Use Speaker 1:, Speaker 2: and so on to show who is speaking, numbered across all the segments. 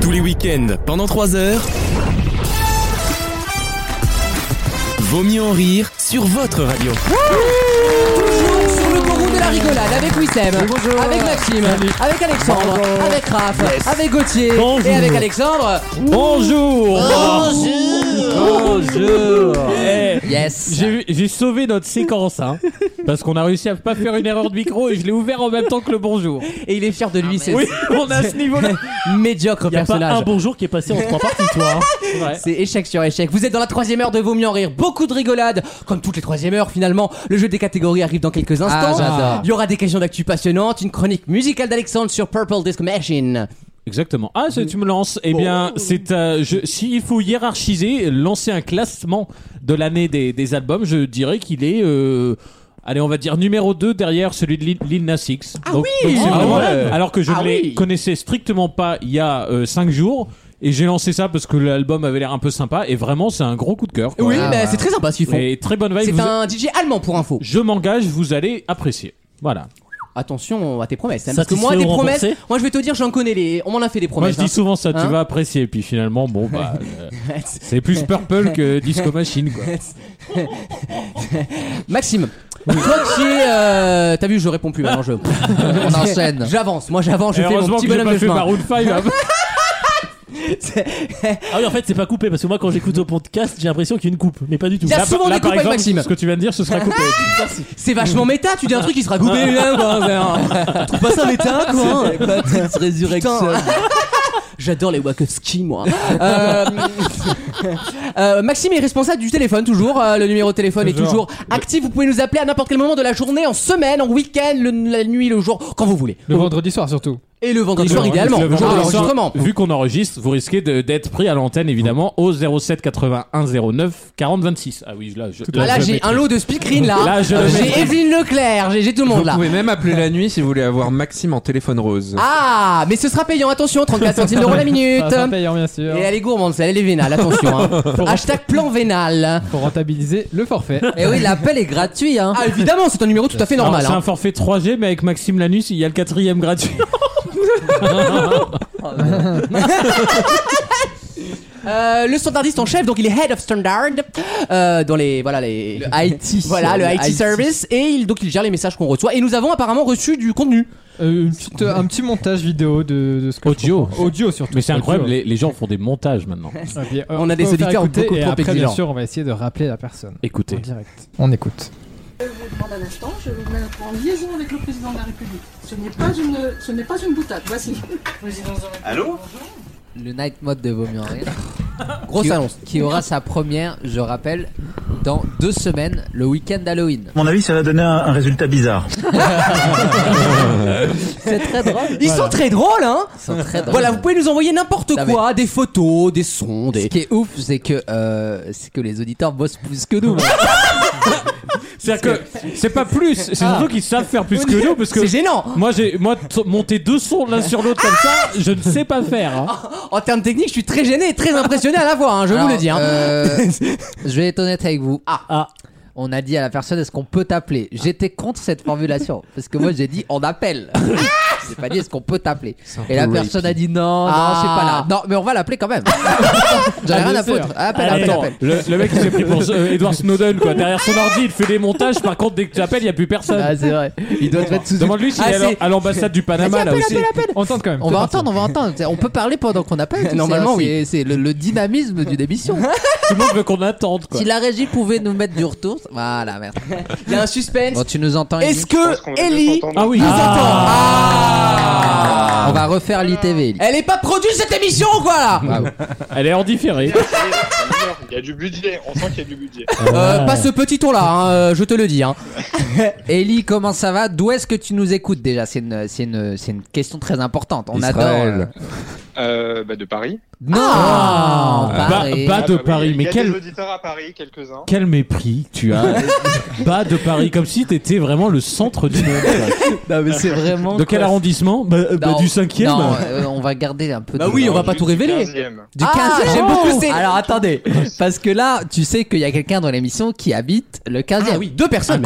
Speaker 1: Tous les week-ends, pendant 3 heures. Vaut mieux en rire sur votre radio.
Speaker 2: Toujours sur le gourou de la rigolade avec Wissem, avec Maxime, avec Alexandre, avec Raph, avec Gauthier
Speaker 3: Bonjour.
Speaker 2: et avec Alexandre.
Speaker 3: Bonjour Bonjour Eh,
Speaker 2: Yes.
Speaker 3: J'ai j'ai sauvé notre séquence, hein, parce qu'on a réussi à pas faire une erreur de micro et je l'ai ouvert en même temps que le bonjour.
Speaker 2: Et il est fier de lui, c'est
Speaker 3: Oui, on a ce niveau-là.
Speaker 2: médiocre
Speaker 4: Il a pas un
Speaker 2: personnage.
Speaker 4: bonjour qui est passé en trois parties, toi. hein.
Speaker 3: Ouais.
Speaker 2: C'est échec sur échec. Vous êtes dans la troisième heure de Vaut mieux en rire. Beaucoup de rigolade, comme toutes les troisième heures finalement. Le jeu des catégories arrive dans quelques instants.
Speaker 5: j'adore.
Speaker 2: Il y aura des questions d'actu passionnantes, une chronique musicale d'Alexandre sur Purple Disc Machine.
Speaker 3: Exactement. Ah, ça, tu me lances. Eh bien, c'est euh, je- s'il faut hiérarchiser, lancer un classement de l'année des, des albums, je dirais qu'il est. euh, Allez, on va dire numéro 2 derrière celui de Lil- Lil Nas X. Donc- donc c'est
Speaker 4: Ah
Speaker 3: vraiment-
Speaker 4: ouais.
Speaker 3: Alors que je
Speaker 2: Ah
Speaker 3: ne les
Speaker 2: oui.
Speaker 3: connaissais strictement pas il y a 5 jours. Et j'ai lancé ça parce que l'album avait l'air un peu sympa. Et vraiment, c'est un gros coup de cœur. quoi.
Speaker 2: Oui,
Speaker 5: Ah,
Speaker 2: mais
Speaker 5: ouais.
Speaker 2: c'est très sympa ce qu'ils font.
Speaker 3: Et très bonne vibe.
Speaker 2: C'est
Speaker 3: Vous-
Speaker 2: un DJ allemand pour info.
Speaker 3: Je m'engage, vous allez apprécier. Voilà.
Speaker 2: Attention à tes promesses. hein, parce que moi,
Speaker 4: Satisfait
Speaker 2: des
Speaker 4: ou
Speaker 2: promesses,
Speaker 4: remboursé
Speaker 2: moi je vais te dire, j'en connais les. On m'en a fait des
Speaker 3: Moi,
Speaker 2: promesses.
Speaker 3: je dis souvent ça,
Speaker 2: Hein
Speaker 3: tu vas apprécier. Et puis finalement, bon, bah, euh, c'est plus Purple que Disco Machine, quoi.
Speaker 2: hein. Maxime, toi qui es. euh, T'as vu, je réponds plus maintenant. Je...
Speaker 5: On enchaîne.
Speaker 2: J'avance, moi j'avance, je
Speaker 3: Et
Speaker 2: fais mon
Speaker 3: heureusement
Speaker 2: petit
Speaker 3: que j'ai
Speaker 2: bonhomme
Speaker 3: pas
Speaker 2: de
Speaker 3: fait
Speaker 2: chemin.
Speaker 3: Maroon 5. hein.
Speaker 4: Ah oui, en fait, c'est pas coupé parce que moi, quand j'écoute au podcast, j'ai l'impression qu'il y a une coupe, mais pas du tout.
Speaker 2: Il y a
Speaker 4: Là,
Speaker 2: souvent
Speaker 3: Là,
Speaker 2: des coupes
Speaker 3: par
Speaker 2: avec
Speaker 3: exemple,
Speaker 2: Maxime.
Speaker 3: ce que tu viens de dire, ce sera coupé.
Speaker 2: C'est vachement méta, tu dis un truc qui sera coupé là, quoi. enfin, Trouve pas ça méta, quoi. Patrick's Resurrection. J'adore les Wakowski, moi. Euh, euh, Maxime est responsable du téléphone, toujours. Euh, le numéro de téléphone est toujours
Speaker 3: Toujours.
Speaker 2: actif. Vous pouvez nous appeler à n'importe quel moment de la journée, en semaine, en week-end, le- la nuit, le jour, quand vous voulez.
Speaker 6: Le vendredi soir surtout.
Speaker 2: Et le vendredi
Speaker 3: Le
Speaker 2: soir, idéalement.
Speaker 3: vendredi
Speaker 2: Le jour de
Speaker 3: soir,
Speaker 2: l'enregistrement.
Speaker 3: Vu qu'on enregistre, vous risquez de- d'être pris à l'antenne, évidemment, au 07 81 09 40 26. Ah oui, là, je.
Speaker 2: Ah, là,
Speaker 3: je
Speaker 2: j'ai
Speaker 3: maîtrise.
Speaker 2: un lot de speakerines, là.
Speaker 3: Là, je le
Speaker 2: j'ai
Speaker 3: maîtrise.
Speaker 2: Evelyne Leclerc, j'ai j'ai tout le monde,
Speaker 6: Vous
Speaker 2: là.
Speaker 6: pouvez même appeler la nuit si vous voulez avoir Maxime en téléphone rose.
Speaker 2: Ah, mais ce sera payant, attention, 34 centimes d'euros la minute.
Speaker 6: Ah, Ça sera payant bien sûr.
Speaker 2: Et elle est gourmande, celle, elle est vénale, attention. hein. Hashtag plan vénal.
Speaker 6: Pour rentabiliser le forfait.
Speaker 5: Et oui, l'appel est gratuit, hein.
Speaker 2: Ah, évidemment, c'est un numéro tout à fait
Speaker 3: Alors,
Speaker 2: normal.
Speaker 3: C'est
Speaker 2: hein.
Speaker 3: un forfait 3G, mais avec Maxime Lanus, il y a le quatrième gratuit.
Speaker 2: Euh, le standardiste en chef, donc il est head of standard euh, dans les voilà les
Speaker 5: IT.
Speaker 2: voilà le IT, service et il donc il gère les messages qu'on reçoit et nous avons apparemment reçu du contenu.
Speaker 6: Euh, une petite- un petit montage vidéo de, de ce que je
Speaker 3: Audio.
Speaker 6: comprends. Audio surtout.
Speaker 3: Mais c'est incroyable,
Speaker 6: Audio.
Speaker 3: les, les gens font des montages maintenant.
Speaker 6: Et puis, euh,
Speaker 2: On a des
Speaker 6: va vous faire
Speaker 2: auditeurs
Speaker 6: écouter
Speaker 2: beaucoup
Speaker 6: et
Speaker 2: trop
Speaker 6: après, bien
Speaker 2: exigeants.
Speaker 6: sûr, on va essayer de rappeler la personne. En
Speaker 3: Écoutez.
Speaker 6: direct. On écoute.
Speaker 7: demande un instant, je vous mets en liaison avec le président de la République. Ce n'est pas une, ce n'est pas une boutade, voici.
Speaker 8: Allô
Speaker 5: Le night mode de Vaut mieux en rire.
Speaker 2: Grosse
Speaker 5: qui,
Speaker 2: annonce.
Speaker 5: Qui aura sa première, je rappelle, dans deux semaines, le week-end d'Halloween.
Speaker 8: Mon avis, ça va donner un, un résultat bizarre.
Speaker 5: C'est très drôle.
Speaker 2: Ils sont très drôles hein.
Speaker 5: sont très drôles.
Speaker 2: Voilà, vous pouvez nous envoyer n'importe
Speaker 5: Non,
Speaker 2: quoi, des photos, des sons,
Speaker 5: Ce
Speaker 2: des
Speaker 5: qui est ouf, c'est que, euh, c'est que les auditeurs bossent plus que nous.
Speaker 3: C'est-à-dire que c'est pas plus, c'est surtout qu'ils savent faire plus que nous, parce que
Speaker 2: Ah. c'est gênant.
Speaker 3: moi, j'ai moi t- monter deux sons l'un sur l'autre comme ça,
Speaker 5: Ah
Speaker 3: je ne sais pas faire. hein.
Speaker 2: En termes techniques, je suis très gêné et très impressionné à la fois, hein, je
Speaker 5: Alors,
Speaker 2: vous le dis. hein.
Speaker 5: euh, je vais être honnête avec vous.
Speaker 2: Ah.
Speaker 5: On a dit à la personne est-ce qu'on peut t'appeler J'étais contre cette formulation parce que moi j'ai dit on
Speaker 2: Ah.
Speaker 5: appelle. j'ai pas dit est-ce qu'on peut t'appeler. Et la personne a dit non, non,
Speaker 2: Ah.
Speaker 5: je suis pas là. Non, mais on va l'appeler quand même. J'en ai rien à foutre. Appelle, appelle,
Speaker 3: Attends,
Speaker 5: appelle.
Speaker 3: le, le mec il s'est pris pour euh, Edward Snowden quoi. Derrière son ordi, il fait des montages. Par contre, dès que tu appelles, il n'y a plus personne.
Speaker 5: Ah, c'est vrai. Il doit être sous
Speaker 3: Demande-lui s'il
Speaker 2: Ah,
Speaker 3: est à
Speaker 2: c'est-
Speaker 3: l'am- à l'ambassade du Panama là aussi.
Speaker 6: On tente quand même.
Speaker 5: On va entendre, on va entendre. On peut parler pendant qu'on appelle. tu sais,
Speaker 2: Normalement,
Speaker 5: hein,
Speaker 2: oui.
Speaker 5: c'est- C'est le, le dynamisme d'une émission.
Speaker 3: Tout le monde veut qu'on attende quoi.
Speaker 5: si la régie pouvait nous mettre du retour. Voilà, merde.
Speaker 2: Il y a un suspense.
Speaker 5: Bon, tu nous entends. Ellie
Speaker 2: Est-ce que Ellie
Speaker 3: Ah oui.
Speaker 2: nous
Speaker 3: Ah.
Speaker 2: entend Ah.
Speaker 5: On va refaire l'ITV. Ellie.
Speaker 2: Elle est pas produite cette émission quoi là
Speaker 5: Bravo.
Speaker 3: Elle est en différé.
Speaker 9: Il y a du budget, on sent qu'il y a du budget.
Speaker 2: Euh, Pas ce petit ton là, hein, euh, je te le dis. Hein.
Speaker 5: Ellie, comment ça va D'où est-ce que tu nous écoutes déjà C'est une, c'est une, c'est une question très importante. On adore.
Speaker 6: Israël.
Speaker 5: euh,
Speaker 9: Euh, bah de Paris.
Speaker 5: Non
Speaker 3: Ah, Bas,
Speaker 5: Paris.
Speaker 3: bas de
Speaker 9: bah oui,
Speaker 3: Paris,
Speaker 9: il y
Speaker 3: mais
Speaker 9: a
Speaker 3: quel,
Speaker 9: des auditeurs à Paris, quelques-uns.
Speaker 3: quel mépris tu as. bas de Paris, comme si t'étais vraiment le centre du monde. quoi.
Speaker 5: Non, mais c'est vraiment.
Speaker 3: De quel
Speaker 5: quoi.
Speaker 3: arrondissement bah, euh, bah,
Speaker 5: Non,
Speaker 3: Du cinquième
Speaker 5: Non, euh, on va garder un peu
Speaker 2: Bah
Speaker 5: de-
Speaker 2: oui, on va pas
Speaker 9: Du
Speaker 2: tout révéler.
Speaker 9: 15e.
Speaker 5: Du
Speaker 2: Ah,
Speaker 5: 15
Speaker 2: j'aime beaucoup, c'est-
Speaker 5: Alors attendez, parce que là, tu sais qu'il y a quelqu'un dans l'émission qui habite le 15e.
Speaker 2: Ah oui, Ah. deux personnes.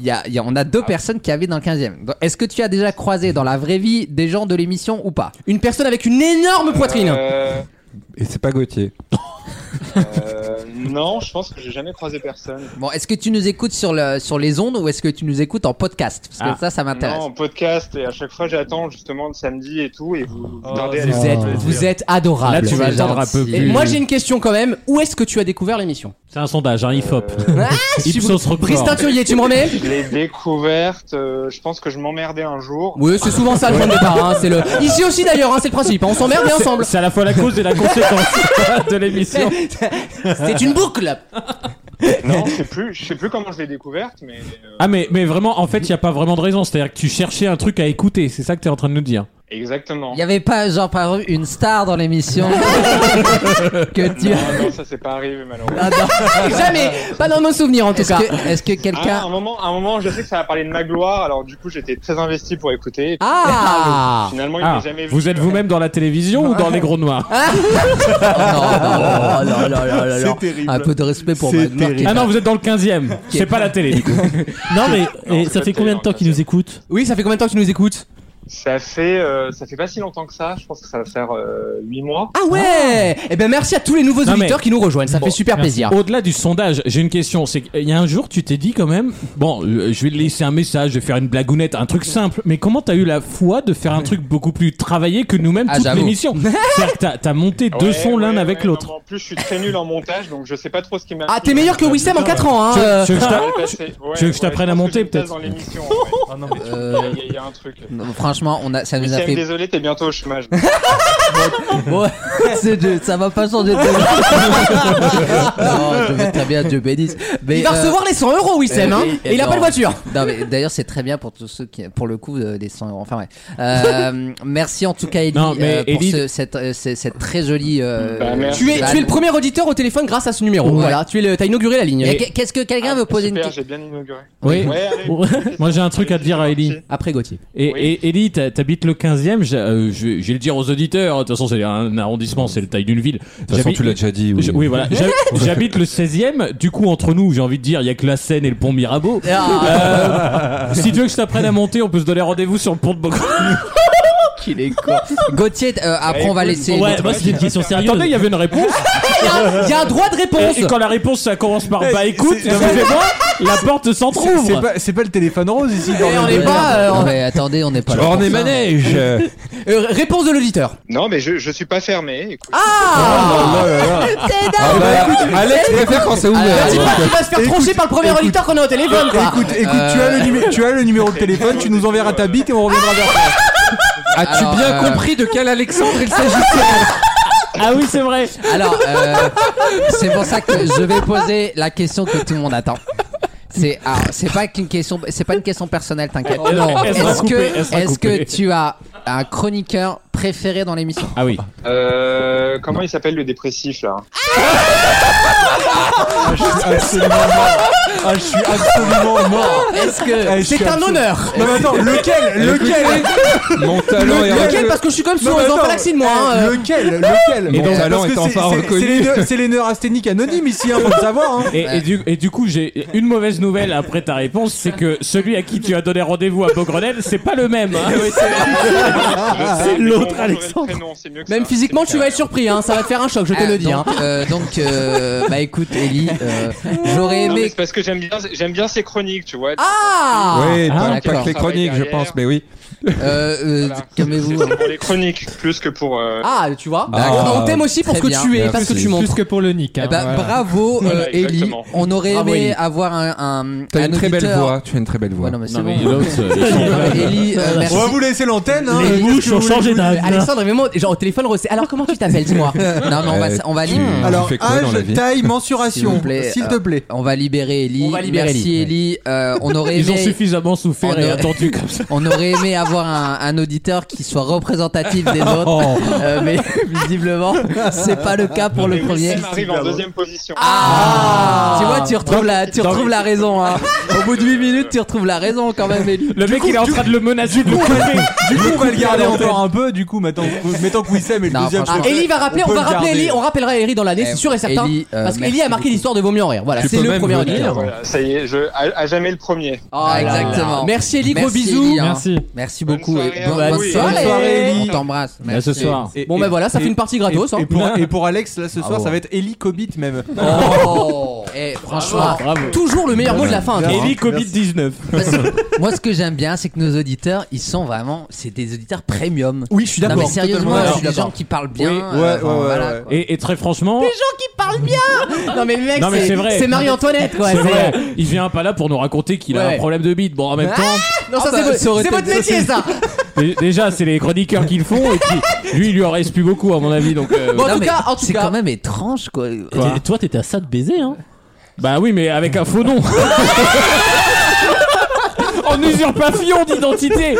Speaker 5: Il y a, il y a- on a deux personnes qui habitent dans le 15e. Donc, Est-ce que tu as déjà croisé dans la vraie vie des gens de l'émission ou pas
Speaker 2: Une personne avec une énorme poitrine.
Speaker 9: Euh,
Speaker 10: Et c'est pas Gauthier.
Speaker 9: euh, non, je pense que j'ai jamais croisé personne.
Speaker 5: Bon, est-ce que tu nous écoutes sur, le, sur les ondes ou est-ce que tu nous écoutes en podcast Parce que
Speaker 2: Ah.
Speaker 5: ça, ça m'intéresse.
Speaker 9: Non, en podcast, et à chaque fois j'attends justement le samedi et tout, et vous
Speaker 4: Oh,
Speaker 9: tardez à
Speaker 4: vous
Speaker 9: les-
Speaker 2: Vous êtes,
Speaker 9: les-
Speaker 2: vous êtes adorable.
Speaker 3: Là, tu vas
Speaker 5: Ah, C'est
Speaker 3: attendre un peu
Speaker 5: gentil.
Speaker 2: Et
Speaker 3: plus.
Speaker 2: moi j'ai une question quand même. Où est-ce que tu as découvert l'émission
Speaker 3: C'est un sondage, un IFOP.
Speaker 9: Euh,
Speaker 3: Ipsos
Speaker 2: Brice
Speaker 3: record.
Speaker 2: Teinturier, tu me remets
Speaker 9: les découvertes, euh, je pense que je m'emmerdais un jour.
Speaker 2: Oui, c'est souvent ça le point de départ. hein, c'est le. Ici aussi d'ailleurs, hein, c'est le principe. hein, on s'emmerde et ensemble.
Speaker 3: C'est à la fois la cause et la conséquence de l'émission.
Speaker 2: C'est une boucle.
Speaker 9: Non, je sais plus, je sais plus comment je l'ai découverte, mais. euh,
Speaker 3: Ah mais, mais vraiment, en fait, il n'y a pas vraiment de raison. C'est-à-dire que tu cherchais un truc à écouter. C'est ça que tu es en train de nous dire.
Speaker 9: Exactement.
Speaker 5: Il n'y avait pas, genre, par exemple, une star dans l'émission que tu as.
Speaker 9: Non, non, ça s'est pas arrivé malheureusement.
Speaker 5: Ah, non.
Speaker 2: Jamais. Pas dans nos souvenirs en tout
Speaker 5: Est-ce
Speaker 2: cas.
Speaker 5: que, est-ce que
Speaker 9: Ah, à
Speaker 5: quelqu'un.
Speaker 9: un moment, à un moment, je sais que ça a parlé de ma gloire, alors du coup, j'étais très investi pour écouter. Et
Speaker 5: Ah,
Speaker 9: Finalement, il
Speaker 3: Ah,
Speaker 9: m'a jamais vu. Ah.
Speaker 3: vous êtes vous-même dans la télévision ou dans les gros noirs Ah
Speaker 2: Ah
Speaker 5: Oh, non, non, non, non, non, non.
Speaker 10: terrible.
Speaker 5: Un peu de respect pour ma
Speaker 10: C'est
Speaker 5: marque.
Speaker 10: terrible.
Speaker 3: Ah non, vous êtes dans le 15e. C'est pas la télé. du coup.
Speaker 4: Non, mais
Speaker 9: Non,
Speaker 4: et
Speaker 9: c'est
Speaker 4: ça
Speaker 9: pas
Speaker 4: fait combien de
Speaker 9: tellement
Speaker 4: temps qu'ils
Speaker 9: ça.
Speaker 4: nous écoutent
Speaker 2: Oui, ça fait combien de temps que tu nous écoutes
Speaker 9: Ça fait, euh, ça fait pas si longtemps que ça. Je pense que ça va faire euh, 8 mois.
Speaker 2: Ah ouais. Eh ben merci à tous les nouveaux
Speaker 3: Non, mais-
Speaker 2: auditeurs qui nous rejoignent. Ça fait super plaisir.
Speaker 3: Au-delà du sondage, j'ai une question. C'est qu'il y a un jour, tu t'es dit quand même, bon, euh, je vais laisser un message, je vais faire une blagounette, un truc simple. Mais comment t'as eu la foi de faire un truc beaucoup plus travaillé que nous-mêmes
Speaker 5: Ah,
Speaker 3: toute
Speaker 5: j'avoue.
Speaker 3: l'émission C'est-à-dire que t'as, t'as monté deux
Speaker 9: Ah Ouais,
Speaker 3: sons l'un
Speaker 9: ouais,
Speaker 3: avec
Speaker 9: ouais,
Speaker 3: l'autre.
Speaker 9: non, mais En plus, je suis très nul en montage, donc je sais pas trop ce qui m'a.
Speaker 2: Ah, t'es meilleur que Wissem en 4 ans. Hein.
Speaker 3: Tu veux-
Speaker 2: euh.
Speaker 3: tu veux que je t'a-
Speaker 9: Tu
Speaker 3: tu veux que je t'apprenne à monter, peut-être
Speaker 9: dans l'émission. ouais.
Speaker 5: Euh,
Speaker 9: Il y a- il y a un truc.
Speaker 5: non, franchement, on a, ça nous a
Speaker 9: Wissem,
Speaker 5: fait.
Speaker 9: désolé, t'es bientôt au chômage.
Speaker 5: Ouais, c'est de- ça va pas changer de. non, je vais très bien, Dieu bénisse. Mais,
Speaker 2: Il va
Speaker 5: euh,
Speaker 2: recevoir les 100 euros, Wissem.
Speaker 5: euh,
Speaker 2: Hein.
Speaker 5: oui,
Speaker 2: Et il a
Speaker 5: non.
Speaker 2: pas de voiture.
Speaker 5: Non, mais d'ailleurs, c'est très bien pour tous ceux qui, pour le coup, euh, des 100 euros. Enfin, ouais. Euh, merci en tout cas, Elie,
Speaker 3: Non, mais
Speaker 5: euh, pour
Speaker 3: Elie-
Speaker 5: ce- cette, euh, c'est- cette très jolie. euh,
Speaker 9: Bah, merci.
Speaker 2: Tu es, tu es le premier auditeur au téléphone grâce à ce numéro.
Speaker 5: Ouais.
Speaker 2: Voilà, tu es le- t'as inauguré la ligne.
Speaker 5: Et que- Qu'est-ce que
Speaker 10: Ah,
Speaker 5: quelqu'un veut poser
Speaker 9: Super,
Speaker 5: une question
Speaker 9: j'ai bien inauguré.
Speaker 3: Oui.
Speaker 9: Ouais, allez,
Speaker 3: Ouais. Moi, j'ai un truc à te dire à Ellie.
Speaker 2: Après Gauthier.
Speaker 3: Et,
Speaker 9: Oui.
Speaker 3: et Ellie, t'as- t'habites le 15e, j'ai- euh, je vais je vais le dire aux auditeurs, de toute façon c'est un arrondissement, c'est la taille d'une ville.
Speaker 10: De toute façon, tu l'as déjà dit. Oui.
Speaker 3: Je- oui, voilà. J'ha- J'habite le 16e, du coup entre nous, j'ai envie de dire, il y a que la Seine et le pont Mirabeau.
Speaker 5: Ah,
Speaker 3: Euh, si tu veux que je t'apprenne à monter, on peut se donner rendez-vous sur le pont de Bocuse.
Speaker 5: qu'il est con. Gauthier, euh, après
Speaker 9: Bah,
Speaker 5: on va
Speaker 9: écoute,
Speaker 5: laisser.
Speaker 4: Ouais, moi c'était une question sérieuse.
Speaker 3: Attendez, il y avait une réponse.
Speaker 2: Il y a un droit de réponse.
Speaker 3: Et, et quand la réponse ça commence par bah écoute,
Speaker 10: Eh, c'est-
Speaker 3: excusez-moi, la porte s'entrouvre.
Speaker 10: C'est pas, c'est pas le téléphone rose ici.
Speaker 2: Et on est
Speaker 5: Ouais,
Speaker 2: pas. euh,
Speaker 5: non, mais attendez, on n'est pas là.
Speaker 10: On
Speaker 5: pour
Speaker 10: est
Speaker 5: ça.
Speaker 10: manège.
Speaker 2: euh, réponse de l'auditeur.
Speaker 9: Non, mais je, je suis pas fermé. Écoute.
Speaker 10: Oh,
Speaker 2: Ah
Speaker 5: C'est
Speaker 10: Ah
Speaker 5: dingue.
Speaker 10: bah, Alex préfère quand c'est ouvert.
Speaker 2: Dis
Speaker 10: donc.
Speaker 2: pas qu'il va se faire
Speaker 10: Écoute,
Speaker 2: trancher par le premier
Speaker 10: écoute.
Speaker 2: auditeur qu'on a au téléphone, quoi.
Speaker 10: Écoute, écoute, tu, as le numé- tu as le numéro de téléphone, tu nous enverras ta bite et on reviendra vers toi. As-tu
Speaker 5: Alors,
Speaker 10: bien
Speaker 5: euh,
Speaker 10: compris de quel Alexandre il s'agissait
Speaker 3: Ah oui, c'est vrai.
Speaker 5: Alors, euh, c'est pour ça que je vais poser la question que tout le monde attend. C'est alors, c'est pas qu'une question, c'est pas une question personnelle, t'inquiète.
Speaker 3: non. Elle sera
Speaker 5: Est-ce
Speaker 3: coupée,
Speaker 5: que
Speaker 3: elle sera
Speaker 5: est-ce
Speaker 3: coupée.
Speaker 5: que tu as un chroniqueur préféré dans l'émission
Speaker 3: Ah oui.
Speaker 9: Euh, comment il s'appelle le dépressif là
Speaker 10: Ah, Je suis absolument mort. Ah, je suis absolument mort.
Speaker 2: Est-ce
Speaker 10: Eh,
Speaker 2: que
Speaker 10: je suis
Speaker 2: c'est un
Speaker 10: absolument-
Speaker 2: honneur
Speaker 10: Non, mais attends, lequel Lequel
Speaker 6: Mon talent
Speaker 10: Le-
Speaker 2: Lequel
Speaker 10: le-
Speaker 2: Parce que je suis quand même
Speaker 10: Non,
Speaker 2: sur
Speaker 10: mais
Speaker 2: les
Speaker 10: attends,
Speaker 2: enfalaxines, moi. hein, euh.
Speaker 10: Lequel Lequel
Speaker 3: Et donc,
Speaker 10: Parce
Speaker 6: talent
Speaker 10: que
Speaker 6: est
Speaker 10: c'est-
Speaker 6: enfin
Speaker 10: c'est-
Speaker 6: reconnu.
Speaker 10: C'est les nœuds- c'est les neurasthéniques anonymes ici, hein, faut le savoir. hein.
Speaker 3: Et, et du, et du coup, j'ai une mauvaise nouvelle après ta réponse, c'est que celui à qui tu as donné rendez-vous à Beaugrenelle, c'est pas le même. hein.
Speaker 9: C'est
Speaker 4: l'autre, Alexandre.
Speaker 2: Même physiquement, tu vas être surpris, hein. Ça va te faire un choc, je te
Speaker 5: Ah,
Speaker 2: le dis, hein.
Speaker 5: Donc, euh, donc, euh, bah écoute, Ellie, euh, j'aurais
Speaker 9: Non, mais
Speaker 5: aimé.
Speaker 9: c'est parce que j'aime bien, j'aime bien ces chroniques, tu vois.
Speaker 2: Ah
Speaker 10: oui,
Speaker 5: ah,
Speaker 10: pas, pas
Speaker 5: d'accord.
Speaker 10: que les chroniques, je
Speaker 9: Derrière.
Speaker 10: pense, mais oui.
Speaker 5: Euh, euh,
Speaker 9: Voilà.
Speaker 5: Calmez-vous.
Speaker 9: C'est pour les chroniques plus que pour. euh,
Speaker 2: Ah, tu vois.
Speaker 5: D'accord.
Speaker 2: On t'aime aussi pour ce
Speaker 5: Très
Speaker 2: que
Speaker 5: bien.
Speaker 2: tu es,
Speaker 10: Merci.
Speaker 2: parce que tu
Speaker 6: Plus
Speaker 2: montres.
Speaker 6: que pour le nick. hein,
Speaker 5: Eh ben,
Speaker 6: voilà.
Speaker 5: Bravo, euh,
Speaker 9: Voilà,
Speaker 5: Ellie.
Speaker 9: exactement.
Speaker 5: On aurait
Speaker 2: Bravo,
Speaker 5: aimé
Speaker 2: Ellie.
Speaker 5: avoir un. un
Speaker 10: T'as
Speaker 5: un
Speaker 10: une très belle
Speaker 5: auditeur-
Speaker 10: voix, tu as une très belle voix.
Speaker 5: Ouais, non, mais c'est
Speaker 3: Non, mais
Speaker 5: bon.
Speaker 3: l'autre, euh,
Speaker 5: Non, mais Ellie, euh, merci.
Speaker 10: On va vous laisser l'antenne. hein.
Speaker 4: Les mouches ont changé
Speaker 2: Mais
Speaker 4: d'âme.
Speaker 2: Alexandre, vraiment, genre au téléphone, c'est alors comment tu t'appelles, dis-moi
Speaker 5: Non, mais on va,
Speaker 10: Euh,
Speaker 5: on va
Speaker 10: tu-
Speaker 5: lire.
Speaker 10: Tu Alors, fais quoi dans la
Speaker 6: Âge,
Speaker 10: vie
Speaker 6: taille,
Speaker 5: S'il vous
Speaker 6: mensuration.
Speaker 5: plaît,
Speaker 6: S'il
Speaker 5: euh,
Speaker 6: te plaît.
Speaker 5: On va libérer Ellie.
Speaker 4: On va libérer
Speaker 5: Merci Ellie. Euh, on aurait
Speaker 3: Ils ont
Speaker 5: aimé.
Speaker 3: suffisamment
Speaker 5: on
Speaker 3: souffert et
Speaker 5: aurait-
Speaker 3: attendu comme ça.
Speaker 5: On aurait aimé avoir un, un auditeur qui soit représentatif des autres, Euh, mais visiblement, c'est pas le cas pour le premier.
Speaker 9: On arrive en deuxième position.
Speaker 5: Ah Tu vois, tu retrouves la, tu retrouves la raison. hein. Au bout de 8 minutes, tu retrouves la raison quand même, Ellie.
Speaker 3: Le mec, il est en train de le menacer de le couper.
Speaker 10: Du coup, on va le garder encore un peu. Du coup, maintenant, mettons que Wissem est le
Speaker 5: Non,
Speaker 10: deuxième.
Speaker 5: franchement,
Speaker 10: je pense
Speaker 2: Ellie Ah, va rappeler,
Speaker 10: peut
Speaker 2: on va
Speaker 10: le
Speaker 2: rappeler
Speaker 10: garder.
Speaker 2: Ellie, on rappellera Ellie dans l'année,
Speaker 5: Eh,
Speaker 2: c'est sûr et certain.
Speaker 5: Ellie, euh,
Speaker 2: parce qu'Ellie
Speaker 5: merci
Speaker 2: a marqué l'histoire de Vaut mieux en rire. Voilà,
Speaker 10: Tu
Speaker 2: c'est
Speaker 10: peux
Speaker 2: le
Speaker 10: même
Speaker 2: premier
Speaker 10: venir.
Speaker 2: auditeur.
Speaker 9: Voilà, ça y est, je, à, à jamais le premier.
Speaker 5: Ah, exactement.
Speaker 2: Merci Ellie, gros
Speaker 5: Merci,
Speaker 2: bisous.
Speaker 5: Ellie, hein.
Speaker 6: Merci.
Speaker 5: Merci
Speaker 9: Bonne
Speaker 5: beaucoup.
Speaker 9: soirée
Speaker 5: et
Speaker 9: à
Speaker 5: bonne
Speaker 9: vous, oui.
Speaker 5: soirée.
Speaker 2: Bonne
Speaker 10: soirée,
Speaker 5: On
Speaker 10: Ellie.
Speaker 5: t'embrasse.
Speaker 3: Là, ce
Speaker 5: Merci.
Speaker 3: soir.
Speaker 10: Et-
Speaker 2: Bon,
Speaker 10: et-
Speaker 2: bah voilà, ça
Speaker 10: et-
Speaker 2: fait une partie gratos.
Speaker 10: Et
Speaker 2: hein.
Speaker 10: pour, et pour Alex, là ce soir,
Speaker 5: Bravo.
Speaker 10: ça va être Ellie Cobit même.
Speaker 5: Oh Eh, franchement,
Speaker 2: Toujours le meilleur mot de la fin. hein. quoi.
Speaker 3: Ellie Covid-19.
Speaker 5: parce que moi ce que j'aime bien, c'est que nos auditeurs, ils sont vraiment, c'est des auditeurs premium.
Speaker 2: Oui, je suis
Speaker 5: Non mais
Speaker 2: d'accord.
Speaker 5: sérieusement,
Speaker 2: totalement
Speaker 5: c'est des gens qui parlent bien.
Speaker 10: Oui,
Speaker 5: euh,
Speaker 10: ouais,
Speaker 5: bon,
Speaker 10: ouais,
Speaker 5: voilà,
Speaker 10: ouais.
Speaker 5: quoi.
Speaker 3: Et, et très franchement,
Speaker 2: Non mais le mec,
Speaker 3: Non, mais c'est
Speaker 2: c'est
Speaker 3: vrai.
Speaker 2: c'est Marie-Antoinette quoi.
Speaker 3: c'est
Speaker 2: c'est-
Speaker 3: vrai, il vient pas là pour nous raconter qu'il a
Speaker 2: Ouais.
Speaker 3: un problème de bite. Bon, en même temps,
Speaker 2: Non, ça
Speaker 5: Ah bah,
Speaker 2: c'est vo-
Speaker 5: ça aurait
Speaker 2: c'est
Speaker 5: été-
Speaker 2: votre métier ça.
Speaker 3: dé- déjà, c'est les chroniqueurs qui le font. Et puis, lui, il lui en reste plus beaucoup, à mon avis. Donc, euh,
Speaker 2: Bon, en
Speaker 5: Non,
Speaker 2: tout
Speaker 5: mais
Speaker 2: cas, en tout
Speaker 5: c'est
Speaker 2: cas.
Speaker 5: quand même étrange quoi.
Speaker 3: Quoi
Speaker 4: Et Toi, t'étais à ça de baiser, hein
Speaker 3: Bah oui, mais avec un faux nom. En usurpation d'identité.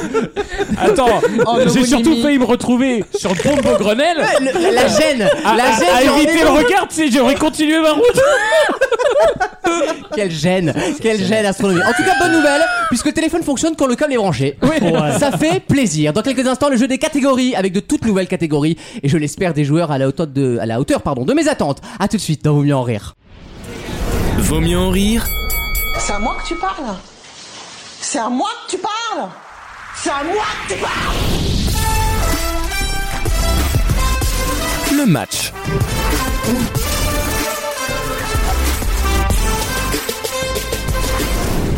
Speaker 3: Attends, j'ai
Speaker 5: homonymie.
Speaker 3: surtout failli me retrouver sur le pont de Grenelle.
Speaker 2: Le- La gêne,
Speaker 3: À,
Speaker 2: la
Speaker 3: à-
Speaker 2: gêne,
Speaker 3: à
Speaker 2: j'en ai
Speaker 3: éviter le
Speaker 2: marre.
Speaker 3: regard, tu sais, j'aurais continué ma route.
Speaker 2: Quelle gêne, quelle gêne astronomique. En tout cas, bonne nouvelle, puisque le téléphone fonctionne quand le câble est branché. Ça fait plaisir. Dans quelques instants, le jeu des catégories avec de toutes nouvelles catégories et je l'espère des joueurs à la hauteur de à la hauteur pardon de mes attentes. À tout de suite dans Vaut mieux en rire.
Speaker 1: Vaut mieux en rire
Speaker 7: C'est à moi que tu parles C'est à moi que tu parles C'est à moi que tu parles
Speaker 1: Le match.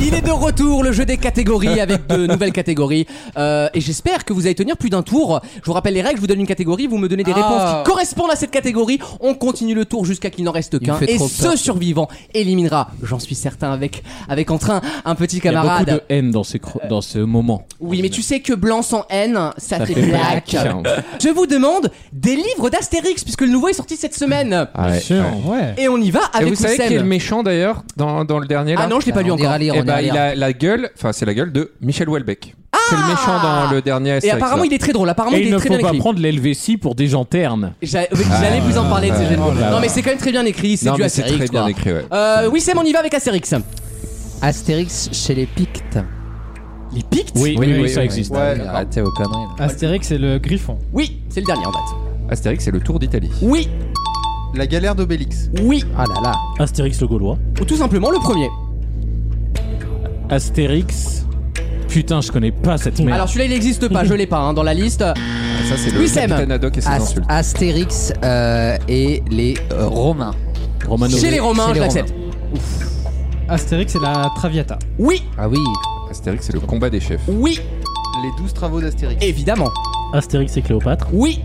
Speaker 2: Il est de retour, le jeu des catégories avec de nouvelles catégories. Euh, et j'espère que vous allez tenir plus d'un tour. Je vous rappelle les règles, je vous donne une catégorie, vous me donnez des réponses qui correspondent à cette catégorie. On continue le tour jusqu'à qu'il n'en reste
Speaker 5: me
Speaker 2: qu'un.
Speaker 5: fait
Speaker 2: Et
Speaker 5: trop
Speaker 2: ce
Speaker 5: peur.
Speaker 2: survivant éliminera, j'en suis certain, avec, avec en train un petit
Speaker 3: Il y a beaucoup
Speaker 2: camarade.
Speaker 3: de haine dans, ces cro- dans ce moment.
Speaker 2: Oui, mais tu sais que blanc sans haine, ça, fait,
Speaker 3: fait
Speaker 2: black.
Speaker 3: black.
Speaker 2: Je vous demande des livres d'Astérix, puisque le nouveau est sorti cette semaine.
Speaker 6: Ouais.
Speaker 2: Et on y va
Speaker 11: Et
Speaker 2: avec
Speaker 11: vous savez
Speaker 2: Wissem.
Speaker 11: qui est le méchant d'ailleurs dans, dans le dernier là
Speaker 2: Ah non, je l'ai pas lu
Speaker 5: on
Speaker 2: encore.
Speaker 5: ira lire,
Speaker 11: Eh
Speaker 5: on ira
Speaker 11: bah, il
Speaker 5: lire.
Speaker 11: a la gueule, enfin c'est la gueule de Michel Houellebecq. c'est le méchant dans le dernier
Speaker 2: Ah Et
Speaker 11: Astérix,
Speaker 2: apparemment,
Speaker 11: là.
Speaker 2: il est très drôle. Apparemment,
Speaker 3: Et
Speaker 2: il
Speaker 3: il
Speaker 2: est
Speaker 3: ne
Speaker 2: très
Speaker 3: faut
Speaker 2: bien
Speaker 3: pas
Speaker 2: écrit.
Speaker 3: prendre l'LVC pour des gens ternes.
Speaker 2: J'a- oui, J'allais vous en parler de ces jeux de mots.
Speaker 11: Ah. Oh là
Speaker 2: Non,
Speaker 11: là.
Speaker 2: mais c'est quand même très bien écrit, c'est
Speaker 11: Non,
Speaker 2: du
Speaker 11: mais c'est
Speaker 2: Astérix.
Speaker 11: très bien
Speaker 2: quoi.
Speaker 11: écrit, ouais.
Speaker 2: Euh, oui, Sam, on y va avec Astérix.
Speaker 5: Astérix chez les Pictes.
Speaker 2: Les Pictes
Speaker 3: Oui, oui, oui, ça
Speaker 5: oui.
Speaker 3: existe.
Speaker 10: Ouais.
Speaker 5: Ah, Arrêtez aux conneries. là.
Speaker 6: Astérix, c'est le griffon.
Speaker 2: Oui, c'est le dernier en date.
Speaker 11: Astérix, c'est le tour d'Italie.
Speaker 2: Oui,
Speaker 10: La galère d'Obélix.
Speaker 2: oui,
Speaker 5: Ah là là.
Speaker 4: Astérix le Gaulois.
Speaker 2: ou tout simplement le premier.
Speaker 3: Astérix. Putain, je connais pas cette merde.
Speaker 2: Alors celui-là, il n'existe pas, je l'ai pas hein, dans la liste.
Speaker 11: Ah, Ça, c'est
Speaker 2: Oui,
Speaker 11: le
Speaker 2: Sam.
Speaker 11: capitaine Haddock et ses
Speaker 5: Ast-
Speaker 11: insultes.
Speaker 5: Astérix euh, et les euh, Romains.
Speaker 3: Romano.
Speaker 2: Chez les Romains,
Speaker 5: Chez les
Speaker 2: je l'accepte.
Speaker 6: Astérix, c'est la Traviata.
Speaker 2: Oui,
Speaker 5: Ah oui.
Speaker 11: Astérix, c'est le combat des chefs.
Speaker 2: oui,
Speaker 10: Les 12 travaux d'Astérix.
Speaker 2: évidemment.
Speaker 4: Astérix et Cléopâtre.
Speaker 2: Oui,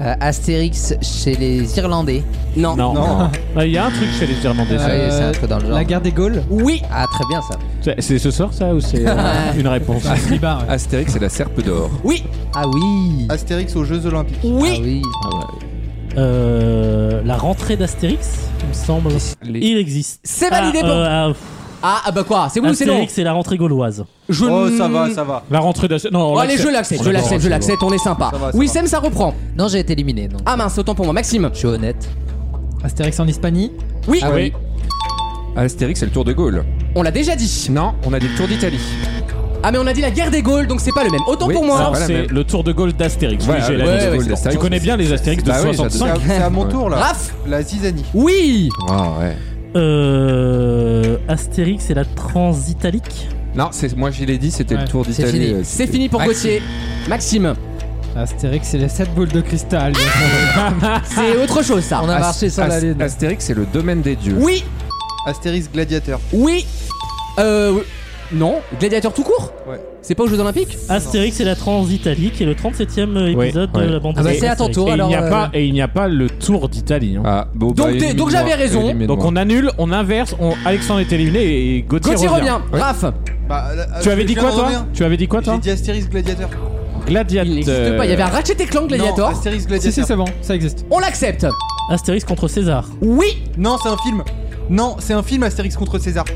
Speaker 5: Euh, Astérix chez les Irlandais.
Speaker 2: non,
Speaker 3: Non.
Speaker 11: Non.
Speaker 3: Ah, Il y a un truc chez les Irlandais. ça.
Speaker 5: Ah oui, c'est un peu dans le genre.
Speaker 10: Euh,
Speaker 6: La guerre des Gaules.
Speaker 2: oui,
Speaker 5: Ah très bien ça.
Speaker 3: C'est- C'est ce soir ça ou c'est euh, une réponse
Speaker 6: Ah, Slibar, ouais.
Speaker 11: Astérix, c'est la serpe d'or.
Speaker 2: oui,
Speaker 5: Ah oui.
Speaker 10: Astérix aux Jeux Olympiques.
Speaker 5: Ah
Speaker 2: oui.
Speaker 5: oui.
Speaker 4: Euh, la rentrée d'Astérix, il me semble.
Speaker 11: Les-
Speaker 4: Il existe.
Speaker 2: C'est validé
Speaker 4: Ah,
Speaker 2: pour-
Speaker 4: euh, ah,
Speaker 2: Ah, ah bah quoi, c'est oui ou c'est non
Speaker 4: Astérix, c'est la rentrée gauloise.
Speaker 2: Je...
Speaker 10: Oh, ça va, ça va.
Speaker 3: La rentrée d'Astérix. Non, on
Speaker 2: Bon, Oh, allez, je
Speaker 3: l'accepte.
Speaker 2: l'accepte,
Speaker 3: On
Speaker 2: je
Speaker 3: est bon,
Speaker 2: l'accepte, je
Speaker 3: on est bon.
Speaker 2: l'accepte, on est sympa.
Speaker 10: Ça va, ça
Speaker 2: Oui,
Speaker 10: va.
Speaker 2: Sam, ça reprend.
Speaker 5: Non j'ai été éliminé donc.
Speaker 2: Ah mince, autant pour moi. Maxime,
Speaker 5: Je suis honnête.
Speaker 6: Astérix en Hispanie.
Speaker 2: oui,
Speaker 5: Ah
Speaker 3: Oui.
Speaker 11: Astérix, c'est le tour de Gaulle.
Speaker 2: on l'a déjà dit.
Speaker 11: Non, on a dit le tour d'Italie.
Speaker 2: Ah, mais on a dit la guerre des Gaules, donc c'est pas le même. Autant
Speaker 11: Oui,
Speaker 2: pour moi.
Speaker 11: ça
Speaker 3: Alors,
Speaker 11: Voilà,
Speaker 3: c'est
Speaker 11: mais-
Speaker 3: le tour de Gaulle d'Astérix. Oui,
Speaker 11: Voilà,
Speaker 3: j'ai
Speaker 11: le
Speaker 3: la
Speaker 11: tour de
Speaker 3: liste.
Speaker 11: Gaulle
Speaker 10: Bah, c'est Ah
Speaker 11: d'Astérix.
Speaker 3: Tu connais bien les Astérix de
Speaker 11: Bah oui,
Speaker 3: 65
Speaker 11: j'adore.
Speaker 10: C'est à mon tour là.
Speaker 2: Raph,
Speaker 10: La zizanie.
Speaker 2: oui,
Speaker 11: Ah, ouais.
Speaker 4: Euh, Astérix et la transitalique.
Speaker 11: Non, c'est- moi je l'ai dit, c'était
Speaker 6: Ouais.
Speaker 11: le tour
Speaker 5: C'est
Speaker 11: d'Italie.
Speaker 5: fini.
Speaker 11: euh,
Speaker 2: c'est fini pour Gauthier. Maxime,
Speaker 6: Astérix, c'est les 7 boules de cristal.
Speaker 2: c'est autre chose ça.
Speaker 5: Ah. On Ah, a marché sur la
Speaker 11: Ast-
Speaker 5: lune.
Speaker 11: Astérix, c'est le domaine des dieux.
Speaker 2: Oui,
Speaker 10: Astérix gladiateur.
Speaker 2: oui, euh, non, gladiateur tout court.
Speaker 10: Ouais.
Speaker 2: C'est pas aux Jeux Olympiques.
Speaker 4: Astérix et la transitalique et le 37ème
Speaker 3: Oui,
Speaker 4: épisode
Speaker 3: ouais.
Speaker 4: de la bande
Speaker 5: Ah bah,
Speaker 4: dessinée
Speaker 5: c'est à ton tour.
Speaker 4: Astérix.
Speaker 3: Et il n'y a
Speaker 5: Alors, euh,
Speaker 3: pas- et il n'y a pas le tour d'Italie. hein.
Speaker 11: Ah, bon,
Speaker 2: Donc
Speaker 11: bah,
Speaker 2: t'es- donc
Speaker 11: élimine-moi,
Speaker 2: j'avais raison.
Speaker 11: élimine-moi.
Speaker 3: Donc on annule, on inverse, on... Alexandre est éliminé et Gauthier,
Speaker 2: Gauthier
Speaker 3: revient.
Speaker 2: revient. Raph,
Speaker 10: Bah, là,
Speaker 3: Tu
Speaker 10: euh,
Speaker 3: avais
Speaker 10: je
Speaker 3: dit
Speaker 10: viens
Speaker 3: quoi
Speaker 10: de
Speaker 3: toi
Speaker 10: revenir.
Speaker 3: Tu avais dit quoi toi
Speaker 10: J'ai dit Astérix gladiateur.
Speaker 5: Euh,
Speaker 2: il n'existe
Speaker 3: Gladiateur.
Speaker 2: pas. Il y avait un Ratchet et Clank
Speaker 10: Non,
Speaker 5: bah,
Speaker 2: gladiator.
Speaker 10: Astérix
Speaker 6: si, si,
Speaker 10: gladiateur.
Speaker 6: c'est bon, ça existe.
Speaker 2: On l'accepte.
Speaker 4: Astérix contre César.
Speaker 2: Oui,
Speaker 10: Non, c'est un film. Non, c'est un film Astérix contre César.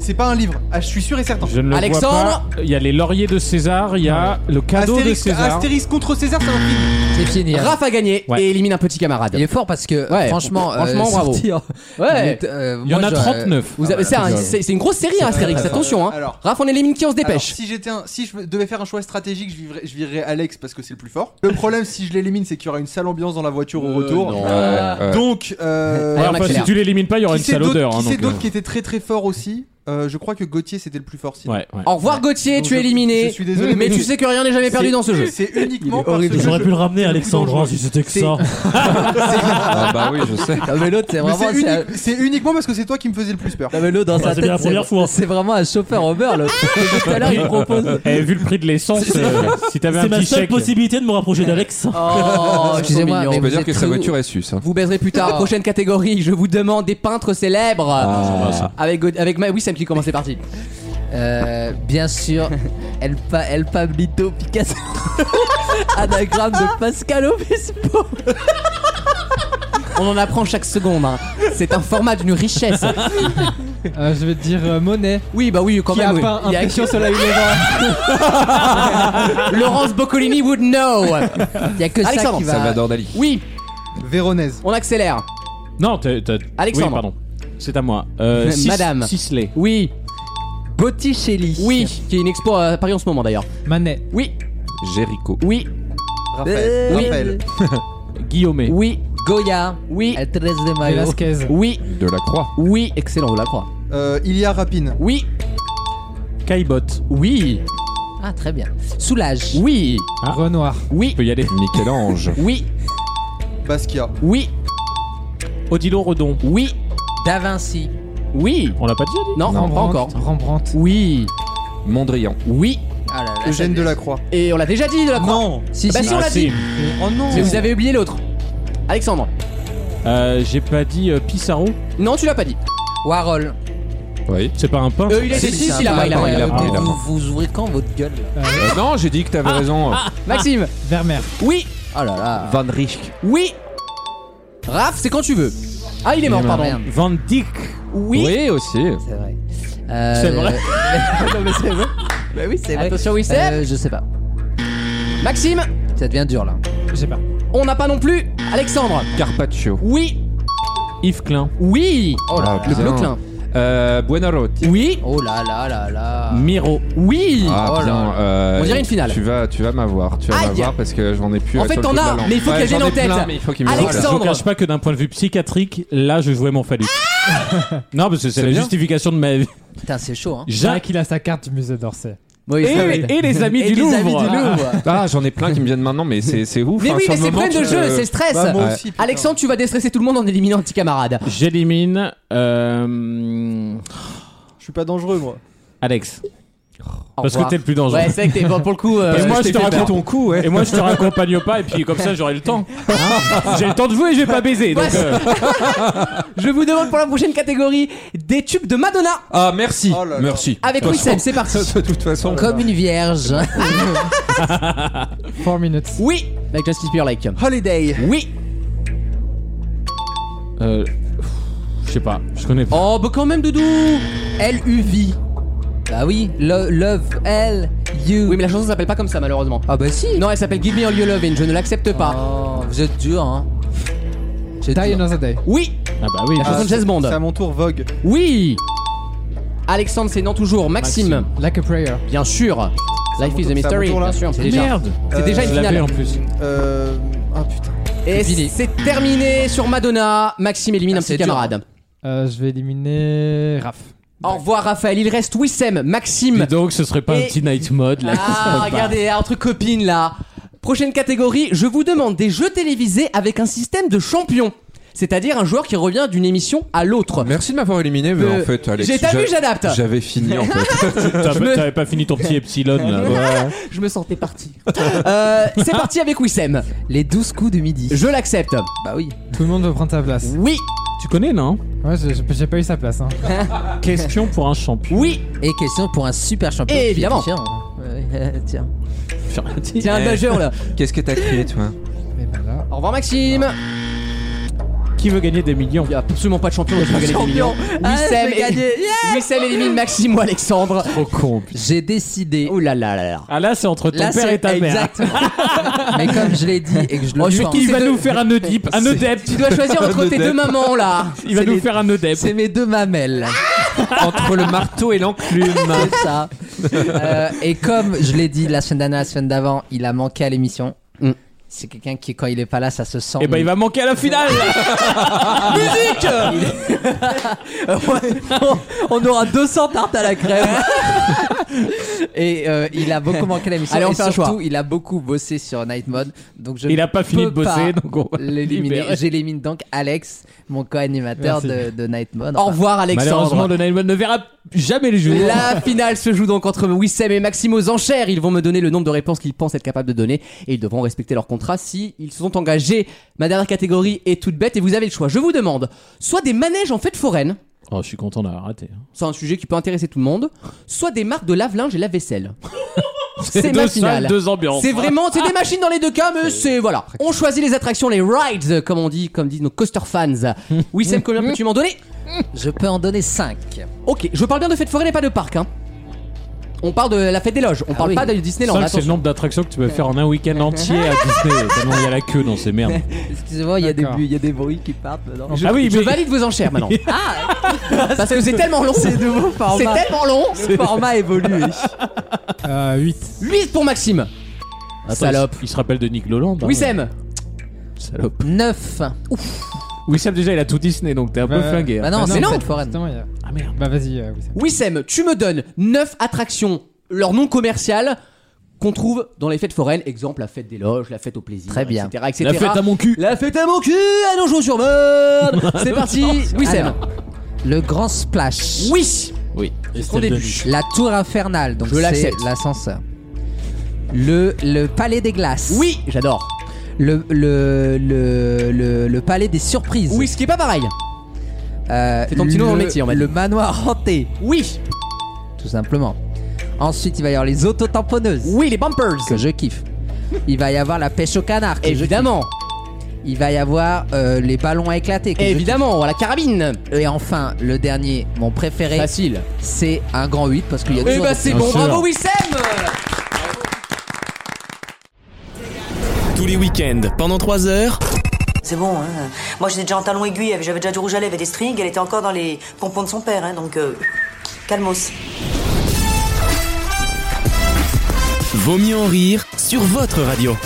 Speaker 10: C'est pas un livre. Ah, je suis sûr et certain.
Speaker 3: Je ne le vois pas. Il y a les lauriers de César, il y a le cadeau
Speaker 10: Astérix,
Speaker 3: de César.
Speaker 10: Astérix contre César, c'est un film.
Speaker 5: C'est fini. hein.
Speaker 2: Raph a gagné
Speaker 3: Ouais.
Speaker 2: et élimine un petit camarade.
Speaker 5: Il est fort parce que
Speaker 2: Ouais,
Speaker 5: franchement, euh,
Speaker 2: franchement, bravo.
Speaker 5: sortir-
Speaker 2: Ouais.
Speaker 5: Mais, euh,
Speaker 3: Il y en
Speaker 5: moi,
Speaker 3: a
Speaker 5: j'aurais-
Speaker 3: 39.
Speaker 5: Ah,
Speaker 2: Vous
Speaker 5: bah,
Speaker 2: avez- c'est un- C'est c'est une grosse série, hein, Astérix, attention. Hein.
Speaker 10: Alors-
Speaker 2: Raph, on élimine qui On se
Speaker 10: Alors,
Speaker 2: dépêche.
Speaker 10: si j'étais un- si je devais faire un choix stratégique, je vivrais, je virerais Alex parce que c'est le plus fort. Le problème, si je l'élimine, c'est qu'il y aura une sale ambiance dans la voiture au retour.
Speaker 2: Ah.
Speaker 11: Euh, euh,
Speaker 10: Donc, euh,
Speaker 3: Ouais,
Speaker 5: Allez, on
Speaker 3: enfin, si
Speaker 5: accélère.
Speaker 3: tu l'élimines pas, il y aura
Speaker 10: qui
Speaker 3: une
Speaker 10: c'est
Speaker 3: sale
Speaker 10: d'autre
Speaker 3: odeur.
Speaker 10: qui
Speaker 3: hein,
Speaker 10: c'est
Speaker 3: donc,
Speaker 10: d'autre
Speaker 3: euh,
Speaker 10: qui était très très fort aussi Euh, Je crois que Gauthier c'était le plus fort. sinon.
Speaker 3: euh, Ouais, ouais.
Speaker 2: Au revoir Gauthier,
Speaker 10: Donc,
Speaker 2: tu es
Speaker 10: je-
Speaker 2: éliminé.
Speaker 10: je suis désolé,
Speaker 2: mais
Speaker 10: mais-
Speaker 2: tu sais que rien n'est jamais perdu
Speaker 10: C'est-
Speaker 2: dans ce jeu.
Speaker 10: C'est uniquement parce
Speaker 4: horrible.
Speaker 10: que
Speaker 4: J'aurais
Speaker 10: je-
Speaker 4: pu le ramener,
Speaker 10: c'est plus dangereux.
Speaker 4: Alexandra, si c'était que
Speaker 10: C'est-
Speaker 4: ça.
Speaker 11: ah bah oui, je sais.
Speaker 5: Ah, mais l'autre, c'est
Speaker 10: Mais
Speaker 5: vraiment.
Speaker 10: c'est
Speaker 5: c'est un-
Speaker 10: unique- C'est uniquement parce que c'est toi qui me faisais le plus peur.
Speaker 5: Non, mais l'autre, dans
Speaker 4: Ah,
Speaker 5: sa
Speaker 4: c'est
Speaker 5: tête,
Speaker 4: bien la première fois.
Speaker 5: c'est vraiment un chauffeur au beurre. l'autre. Tout à l'heure, il propose.
Speaker 3: Eh, vu le prix de l'essence, euh, si t'avais un
Speaker 4: C'est ma
Speaker 3: petit
Speaker 4: seule
Speaker 3: chèque.
Speaker 4: possibilité de me rapprocher d'Alex.
Speaker 2: Oh,
Speaker 5: Excusez-moi,
Speaker 11: On
Speaker 5: mais
Speaker 11: peut
Speaker 5: vous
Speaker 11: dire
Speaker 5: êtes
Speaker 11: que sa
Speaker 5: très-
Speaker 11: voiture est sus. hein.
Speaker 2: Vous baiserez plus tard. Prochaine catégorie, je vous demande des peintres célèbres.
Speaker 11: Ah,
Speaker 2: Avec, Gaud- avec Ma- oui, Sam qui commence, c'est parti.
Speaker 5: Euh, bien sûr, El, pa El Pablito Picasso. Anagramme de Pascal Obispo.
Speaker 2: On en apprend chaque seconde. hein. C'est un format d'une richesse.
Speaker 6: Euh, je vais te dire euh, Monet.
Speaker 2: Oui, bah oui, quand
Speaker 6: Qui
Speaker 2: même.
Speaker 6: a
Speaker 2: oui.
Speaker 6: peint
Speaker 2: Il y a-
Speaker 6: Impression sur la Lune et
Speaker 2: Laurence Boccolini would know.
Speaker 5: Il y a que ça
Speaker 2: Alexandre,
Speaker 5: qui va.
Speaker 11: Salvador Dali.
Speaker 2: Oui,
Speaker 10: Véronèse.
Speaker 2: on accélère.
Speaker 3: Non, t'as. t'as-
Speaker 2: Alexandre.
Speaker 3: Oui, pardon. C'est à moi. Euh, Sis-
Speaker 2: Madame.
Speaker 3: Sisley.
Speaker 2: Oui,
Speaker 5: Botticelli.
Speaker 2: oui, qui est une expo à Paris en ce moment d'ailleurs.
Speaker 6: Manet.
Speaker 2: Oui,
Speaker 11: Jericho.
Speaker 2: oui, Euh,
Speaker 10: Raphaël.
Speaker 2: oui.
Speaker 10: Euh, Raphaël.
Speaker 3: Guillaume.
Speaker 2: oui,
Speaker 5: Goya.
Speaker 2: oui,
Speaker 5: El 13 de Mayo.
Speaker 6: Velasquez.
Speaker 2: oui,
Speaker 11: De la Croix.
Speaker 2: oui. Excellent, on la croit.
Speaker 10: Euh, Ilia Rapine.
Speaker 2: Oui,
Speaker 3: Caillebotte.
Speaker 2: oui,
Speaker 5: Ah, très bien. Soulage.
Speaker 2: oui,
Speaker 3: Ah.
Speaker 6: Renoir.
Speaker 2: oui,
Speaker 3: On peut y aller.
Speaker 11: Michel-Ange.
Speaker 2: oui,
Speaker 10: Basquiat.
Speaker 2: oui,
Speaker 3: Odilo Redon.
Speaker 2: oui,
Speaker 5: Da Vinci.
Speaker 2: oui.
Speaker 3: On l'a pas déjà dit
Speaker 2: Non, non, pas
Speaker 6: Rembrandt.
Speaker 2: encore.
Speaker 6: Rembrandt.
Speaker 2: Oui,
Speaker 11: Mondrian.
Speaker 2: oui.
Speaker 5: Ah là là,
Speaker 10: Eugène
Speaker 5: ça-
Speaker 10: Delacroix.
Speaker 2: Et on l'a déjà dit de la croix.
Speaker 10: Non.
Speaker 5: Si,
Speaker 2: Bah
Speaker 5: si.
Speaker 2: si,
Speaker 3: Ah,
Speaker 2: on l'a dit.
Speaker 10: Oh non.
Speaker 2: Mais vous avez oublié l'autre. Alexandre.
Speaker 3: Euh, J'ai pas dit euh, Pissarro.
Speaker 2: Non, tu l'as pas dit.
Speaker 5: Warhol.
Speaker 11: Oui.
Speaker 3: C'est pas un peintre.
Speaker 2: Euh, il a
Speaker 5: Si,
Speaker 2: dit
Speaker 5: si,
Speaker 2: si,
Speaker 5: c'est
Speaker 2: il a
Speaker 5: un
Speaker 2: pas, il a
Speaker 11: Ah,
Speaker 2: pas.
Speaker 11: il a pas, il a
Speaker 5: Vous,
Speaker 11: pas.
Speaker 5: vous ouvrez quand votre gueule là
Speaker 11: Euh, Non, j'ai dit que t'avais raison.
Speaker 2: Ah, Maxime.
Speaker 6: Vermeer.
Speaker 2: Oui,
Speaker 5: Oh là là.
Speaker 11: Van Rijk.
Speaker 2: oui. Raph, c'est quand tu veux. Ah, il est mort,
Speaker 5: mort.
Speaker 2: pardon.
Speaker 5: Merde.
Speaker 3: Van Dyck.
Speaker 2: Oui.
Speaker 11: aussi.
Speaker 5: C'est vrai. Euh,
Speaker 3: C'est vrai.
Speaker 5: non, mais c'est vrai. Bah oui, c'est vrai.
Speaker 2: Attention, oui, c'est.
Speaker 5: Euh, je sais pas.
Speaker 2: Maxime,
Speaker 5: Ça devient dur là.
Speaker 6: Je sais pas.
Speaker 2: on n'a pas non plus. Alexandre.
Speaker 11: Carpaccio.
Speaker 2: Oui,
Speaker 3: Yves Klein.
Speaker 2: oui.
Speaker 5: Oh là
Speaker 11: Ah,
Speaker 5: là.
Speaker 2: Le
Speaker 11: putain.
Speaker 2: Bleuclin.
Speaker 11: Euh, Buonarroti.
Speaker 2: Oui,
Speaker 5: Oh là là là là.
Speaker 3: Miro.
Speaker 2: oui.
Speaker 11: Ah,
Speaker 5: Oh là
Speaker 11: bien,
Speaker 5: là.
Speaker 11: euh,
Speaker 2: On dirait une finale.
Speaker 11: Tu vas, tu vas m'avoir, tu vas
Speaker 2: Aïe.
Speaker 11: m'avoir parce que j'en ai plus.
Speaker 2: En
Speaker 11: euh,
Speaker 2: fait,
Speaker 11: sur le
Speaker 2: t'en
Speaker 11: bout de la
Speaker 2: as,
Speaker 11: langue.
Speaker 2: mais il faut
Speaker 11: Ouais,
Speaker 2: qu'elle vienne
Speaker 11: j'en ai
Speaker 2: en tête.
Speaker 11: plein, mais il faut qu'il me
Speaker 2: Alex-
Speaker 11: reste.
Speaker 3: Je vous
Speaker 2: Alexandre.
Speaker 3: cache pas que d'un point de vue psychiatrique, là, je jouais mon phallus. Ah non, parce que c'est
Speaker 11: C'est
Speaker 3: la
Speaker 11: bien.
Speaker 3: justification de ma vie.
Speaker 5: Putain, c'est chaud hein.
Speaker 3: Jacques.
Speaker 6: Jacques, il a sa carte du musée d'Orsay.
Speaker 5: Oui,
Speaker 3: Et,
Speaker 5: c'est vrai.
Speaker 3: Eh et les amis
Speaker 5: Et
Speaker 3: du
Speaker 5: les
Speaker 3: Louvre.
Speaker 5: amis du Louvre.
Speaker 11: Ah, j'en ai plein qui me viennent maintenant, mais c'est c'est ouf.
Speaker 2: Mais
Speaker 11: hein,
Speaker 2: oui,
Speaker 11: sur
Speaker 2: mais
Speaker 11: le
Speaker 2: c'est
Speaker 11: moment,
Speaker 2: problème de
Speaker 11: tu-
Speaker 2: jeu,
Speaker 11: euh,
Speaker 2: c'est stress.
Speaker 10: Bah, moi
Speaker 11: Ouais.
Speaker 10: aussi. putain.
Speaker 2: Alexandre, tu vas déstresser tout le monde en éliminant un petit camarade.
Speaker 3: J'élimine. euh,
Speaker 10: Je suis pas dangereux moi.
Speaker 3: Alex.
Speaker 2: Au
Speaker 3: Parce que
Speaker 2: revoir.
Speaker 3: t'es le plus dangereux.
Speaker 2: Ouais, c'est vrai que t'es bon, pour le coup. euh,
Speaker 3: Et
Speaker 2: je
Speaker 3: moi, je
Speaker 2: t'ai
Speaker 3: te
Speaker 2: fait peur.
Speaker 3: raconte
Speaker 11: Ton coup, ouais.
Speaker 3: Et moi je te raccompagne pas et puis comme ça j'aurai le temps. Hein J'ai le temps de jouer et je vais pas baiser. Donc,
Speaker 2: Ouais.
Speaker 3: euh,
Speaker 2: Je vous demande pour la prochaine catégorie des tubes de Madonna
Speaker 11: Ah, merci.
Speaker 10: Oh là là.
Speaker 11: Merci.
Speaker 3: Ah.
Speaker 2: avec
Speaker 11: De toute
Speaker 2: Wissem, c'est parti.
Speaker 11: façon- De toute façon.
Speaker 5: Comme une vierge.
Speaker 6: 4 minutes.
Speaker 2: Oui, avec Justin Timberlake.
Speaker 10: Holiday.
Speaker 2: Oui.
Speaker 3: euh, pff, je sais pas, je connais pas.
Speaker 2: Oh, bah quand même, Doudou.
Speaker 5: L-U-V. Bah oui, lo- love, L, you.
Speaker 2: Oui, mais la chanson s'appelle pas comme ça, malheureusement.
Speaker 5: Ah bah si.
Speaker 2: Non, elle s'appelle Give Me All Your Lovin'. Je ne l'accepte pas.
Speaker 5: Oh, vous êtes dur hein. C'est
Speaker 6: Die
Speaker 5: dur.
Speaker 6: Another Day.
Speaker 2: Oui.
Speaker 3: Ah bah oui.
Speaker 2: La chanson de James Bond.
Speaker 10: C'est à mon tour Vogue.
Speaker 2: Oui. Alexandre, c'est non toujours. Maxime,
Speaker 3: Maxime.
Speaker 6: Like a Prayer.
Speaker 2: bien sûr. Life is a
Speaker 10: tour, c'est Euh, à
Speaker 2: mystery,
Speaker 10: mon tour, là.
Speaker 2: bien sûr. C'est
Speaker 3: Ah,
Speaker 2: déjà.
Speaker 3: Merde.
Speaker 2: C'est déjà une
Speaker 3: Je l'avais
Speaker 2: finale.
Speaker 3: en plus.
Speaker 10: Euh... Ah putain.
Speaker 2: Et
Speaker 5: C'est fini.
Speaker 2: c'est terminé sur Madonna. Maxime élimine
Speaker 5: Ah,
Speaker 2: un
Speaker 5: c'est
Speaker 2: petit
Speaker 5: dur,
Speaker 2: camarade.
Speaker 6: Euh, je vais éliminer Raph.
Speaker 2: Au revoir, Raphaël. Il reste Wissem, Maxime,
Speaker 3: Dis donc, ce serait pas
Speaker 2: Et-
Speaker 3: un petit night mode là.
Speaker 2: Ah, regardez, un truc copine là. Prochaine catégorie, je vous demande des jeux télévisés avec un système de champion. C'est-à-dire un joueur qui revient d'une émission à l'autre.
Speaker 11: Merci de m'avoir éliminé, mais
Speaker 2: Euh,
Speaker 11: en fait, Alex.
Speaker 2: j'ai- t'as
Speaker 11: j'a-
Speaker 2: vu, j'adapte.
Speaker 11: J'avais fini en fait.
Speaker 3: T'as-
Speaker 2: me-
Speaker 3: T'avais pas fini ton petit epsilon là.
Speaker 2: Je me sentais parti. Euh, c'est parti avec Wissem.
Speaker 5: Les 12 coups de midi.
Speaker 2: Je l'accepte.
Speaker 5: Bah oui.
Speaker 6: Tout le monde veut prendre sa place.
Speaker 2: Oui,
Speaker 3: Tu connais non
Speaker 6: Ouais, j'ai- j'ai j'ai pas eu sa place. Hein.
Speaker 3: Question pour un champion.
Speaker 2: oui.
Speaker 5: Et question pour un super champion.
Speaker 2: Et évidemment.
Speaker 5: Tiens. ouais, euh, tiens.
Speaker 2: Tiens, un
Speaker 11: Eh.
Speaker 2: majeur là.
Speaker 11: Qu'est-ce que t'as créé, toi
Speaker 6: Et ben là.
Speaker 2: Au revoir Maxime.
Speaker 3: Qui veut gagner des millions Il n'y
Speaker 2: a absolument pas de champion Ah, qui veut gagner des millions. Wissem, éli- Wissem élimine Maximo Alexandre.
Speaker 3: Trop con.
Speaker 5: J'ai décidé. Ouh là là là là.
Speaker 3: Ah là, c'est entre ton
Speaker 5: Là,
Speaker 3: père
Speaker 5: c'est-
Speaker 3: et ta mère.
Speaker 5: Exactement. Mais comme je l'ai dit et que je le
Speaker 3: Oh, je
Speaker 5: jure,
Speaker 3: sais qu'il
Speaker 5: c'est
Speaker 3: va
Speaker 5: deux-
Speaker 3: nous faire un Oedipe, un
Speaker 5: C'est-
Speaker 3: Oedipte.
Speaker 2: Tu dois choisir entre tes deux mamans là.
Speaker 3: Il va
Speaker 5: C'est
Speaker 3: nous
Speaker 5: les-
Speaker 3: faire un Oedipte.
Speaker 5: C'est mes deux mamelles.
Speaker 11: Entre le marteau et l'enclume.
Speaker 5: C'est ça. Euh, et comme je l'ai dit la semaine dernière, la semaine d'avant, il a manqué à l'émission. C'est quelqu'un qui, quand il est pas là, ça se sent.
Speaker 3: Et ben il va manquer à la finale.
Speaker 2: Musique
Speaker 5: Ah, on aura 200 tartes à la crème. et euh, il a beaucoup manqué à l'émission.
Speaker 2: Allez, on
Speaker 5: et
Speaker 2: fait un
Speaker 5: surtout,
Speaker 2: choix.
Speaker 5: il a beaucoup bossé sur Night Mode. Donc je
Speaker 3: Il
Speaker 5: ne
Speaker 3: a pas fini
Speaker 5: peux
Speaker 3: de bosser,
Speaker 5: pas
Speaker 3: donc on va le
Speaker 5: l'éliminer.
Speaker 3: libérer.
Speaker 5: J'élimine donc Alex, mon co-animateur de,
Speaker 3: Merci.
Speaker 5: de Night Mode.
Speaker 2: Au revoir
Speaker 3: Malheureusement,
Speaker 2: Alexandre.
Speaker 3: le Nine ne verra jamais le jour.
Speaker 2: La finale se joue donc entre Wissem et Maxime aux enchères. Ils vont me donner le nombre de réponses qu'ils pensent être capables de donner et ils devront respecter leur contrat si ils se sont engagés. Ma dernière catégorie est toute bête et vous avez le choix. Je vous demande soit des manèges en fête foraine,
Speaker 3: Oh, je suis content d'avoir raté.
Speaker 2: c'est un sujet qui peut intéresser tout le monde, soit des marques de lave-linge et lave-vaisselle. C'est
Speaker 3: deux
Speaker 2: ma
Speaker 3: salles,
Speaker 2: finale.
Speaker 3: deux ambiances. Ah.
Speaker 2: C'est vraiment, c'est des machines dans les deux cas, mais c'est voilà. On cool. choisit les attractions, les rides, comme on dit, comme disent nos coaster fans. Wissem, combien peux-tu m'en donner
Speaker 5: Je peux en donner 5.
Speaker 2: Ok, je parle bien de fête foraine et pas de parc. Hein. On parle de la fête des loges, on parle
Speaker 5: oui.
Speaker 2: pas de Disneyland.
Speaker 3: Ça, c'est le
Speaker 2: attention.
Speaker 3: nombre d'attractions que tu peux faire en un week-end entier à Disney. Tellement il y a la queue dans ces merdes.
Speaker 5: Excusez-moi, il y, a des
Speaker 6: D'accord.
Speaker 5: bu- il y a des bruits qui partent dedans.
Speaker 2: Je,
Speaker 3: Ah oui,
Speaker 2: je
Speaker 3: mais-
Speaker 2: valide vos enchères maintenant. Ah. Parce que c'est tellement long. C'est
Speaker 5: nouveau
Speaker 12: Oh, bah.
Speaker 5: format.
Speaker 2: tellement long.
Speaker 5: Le format évolue. Ah
Speaker 6: Euh, 8.
Speaker 2: 8 pour Maxime.
Speaker 3: Attends,
Speaker 2: Salope.
Speaker 3: Il se rappelle de Nick Lolland. hein.
Speaker 2: Wissem.
Speaker 3: Salope.
Speaker 5: 9.
Speaker 3: Wissem, déjà, il a tout Disney, donc t'es un peu
Speaker 6: Ouais.
Speaker 3: flingué. hein.
Speaker 5: Bah non,
Speaker 6: Bah
Speaker 5: c'est
Speaker 6: non.
Speaker 5: une fête foraine.
Speaker 6: Justement, il y a-
Speaker 3: Ah merde.
Speaker 6: Bah vas-y, euh, Wissem.
Speaker 2: Wissem, tu me donnes 9 attractions, leur nom commercial, qu'on trouve dans les fêtes foraines. Exemple, la fête des loges, la fête au plaisir,
Speaker 5: Très bien.
Speaker 2: etc. etc.
Speaker 3: La fête à mon cul.
Speaker 2: La fête à mon cul, à Donjon sur Meurne C'est parti, Wissem.
Speaker 5: Alors, le grand splash.
Speaker 2: Oui
Speaker 11: Oui.
Speaker 2: C'est ton début.
Speaker 5: La tour infernale, donc
Speaker 2: Je
Speaker 5: c'est
Speaker 2: l'accepte.
Speaker 5: l'ascenseur. Le, le palais des glaces.
Speaker 2: Oui, j'adore.
Speaker 5: Le, le, le, le, le palais des surprises.
Speaker 2: Oui, ce qui est pas pareil.
Speaker 5: Euh,
Speaker 2: Fais ton petit nom dans le métier, on va dire.
Speaker 5: Le manoir hanté,
Speaker 2: Oui,
Speaker 5: tout simplement. Ensuite, il va y avoir les autotamponneuses,
Speaker 2: oui, les bumpers.
Speaker 5: que je kiffe. Il va y avoir la pêche au canard, que je
Speaker 2: Évidemment,
Speaker 5: kiffe. Il va y avoir euh, les ballons à éclater, que je
Speaker 2: évidemment, à la carabine.
Speaker 5: kiffe. Et enfin, le dernier, mon préféré,
Speaker 2: Facile.
Speaker 5: c'est un grand 8 parce qu'il y a
Speaker 2: Eh
Speaker 5: toujours
Speaker 2: bah
Speaker 5: des-
Speaker 2: c'est bon,
Speaker 3: sûr.
Speaker 2: bravo Wissem
Speaker 1: Tous les week-ends, pendant 3 heures,
Speaker 13: C'est bon, hein. Moi, j'étais déjà en talon aiguille, j'avais déjà du rouge à lèvres et des strings, elle était encore dans les pompons de son père, hein, donc euh, calmos.
Speaker 1: Vaut mieux en rire sur votre radio.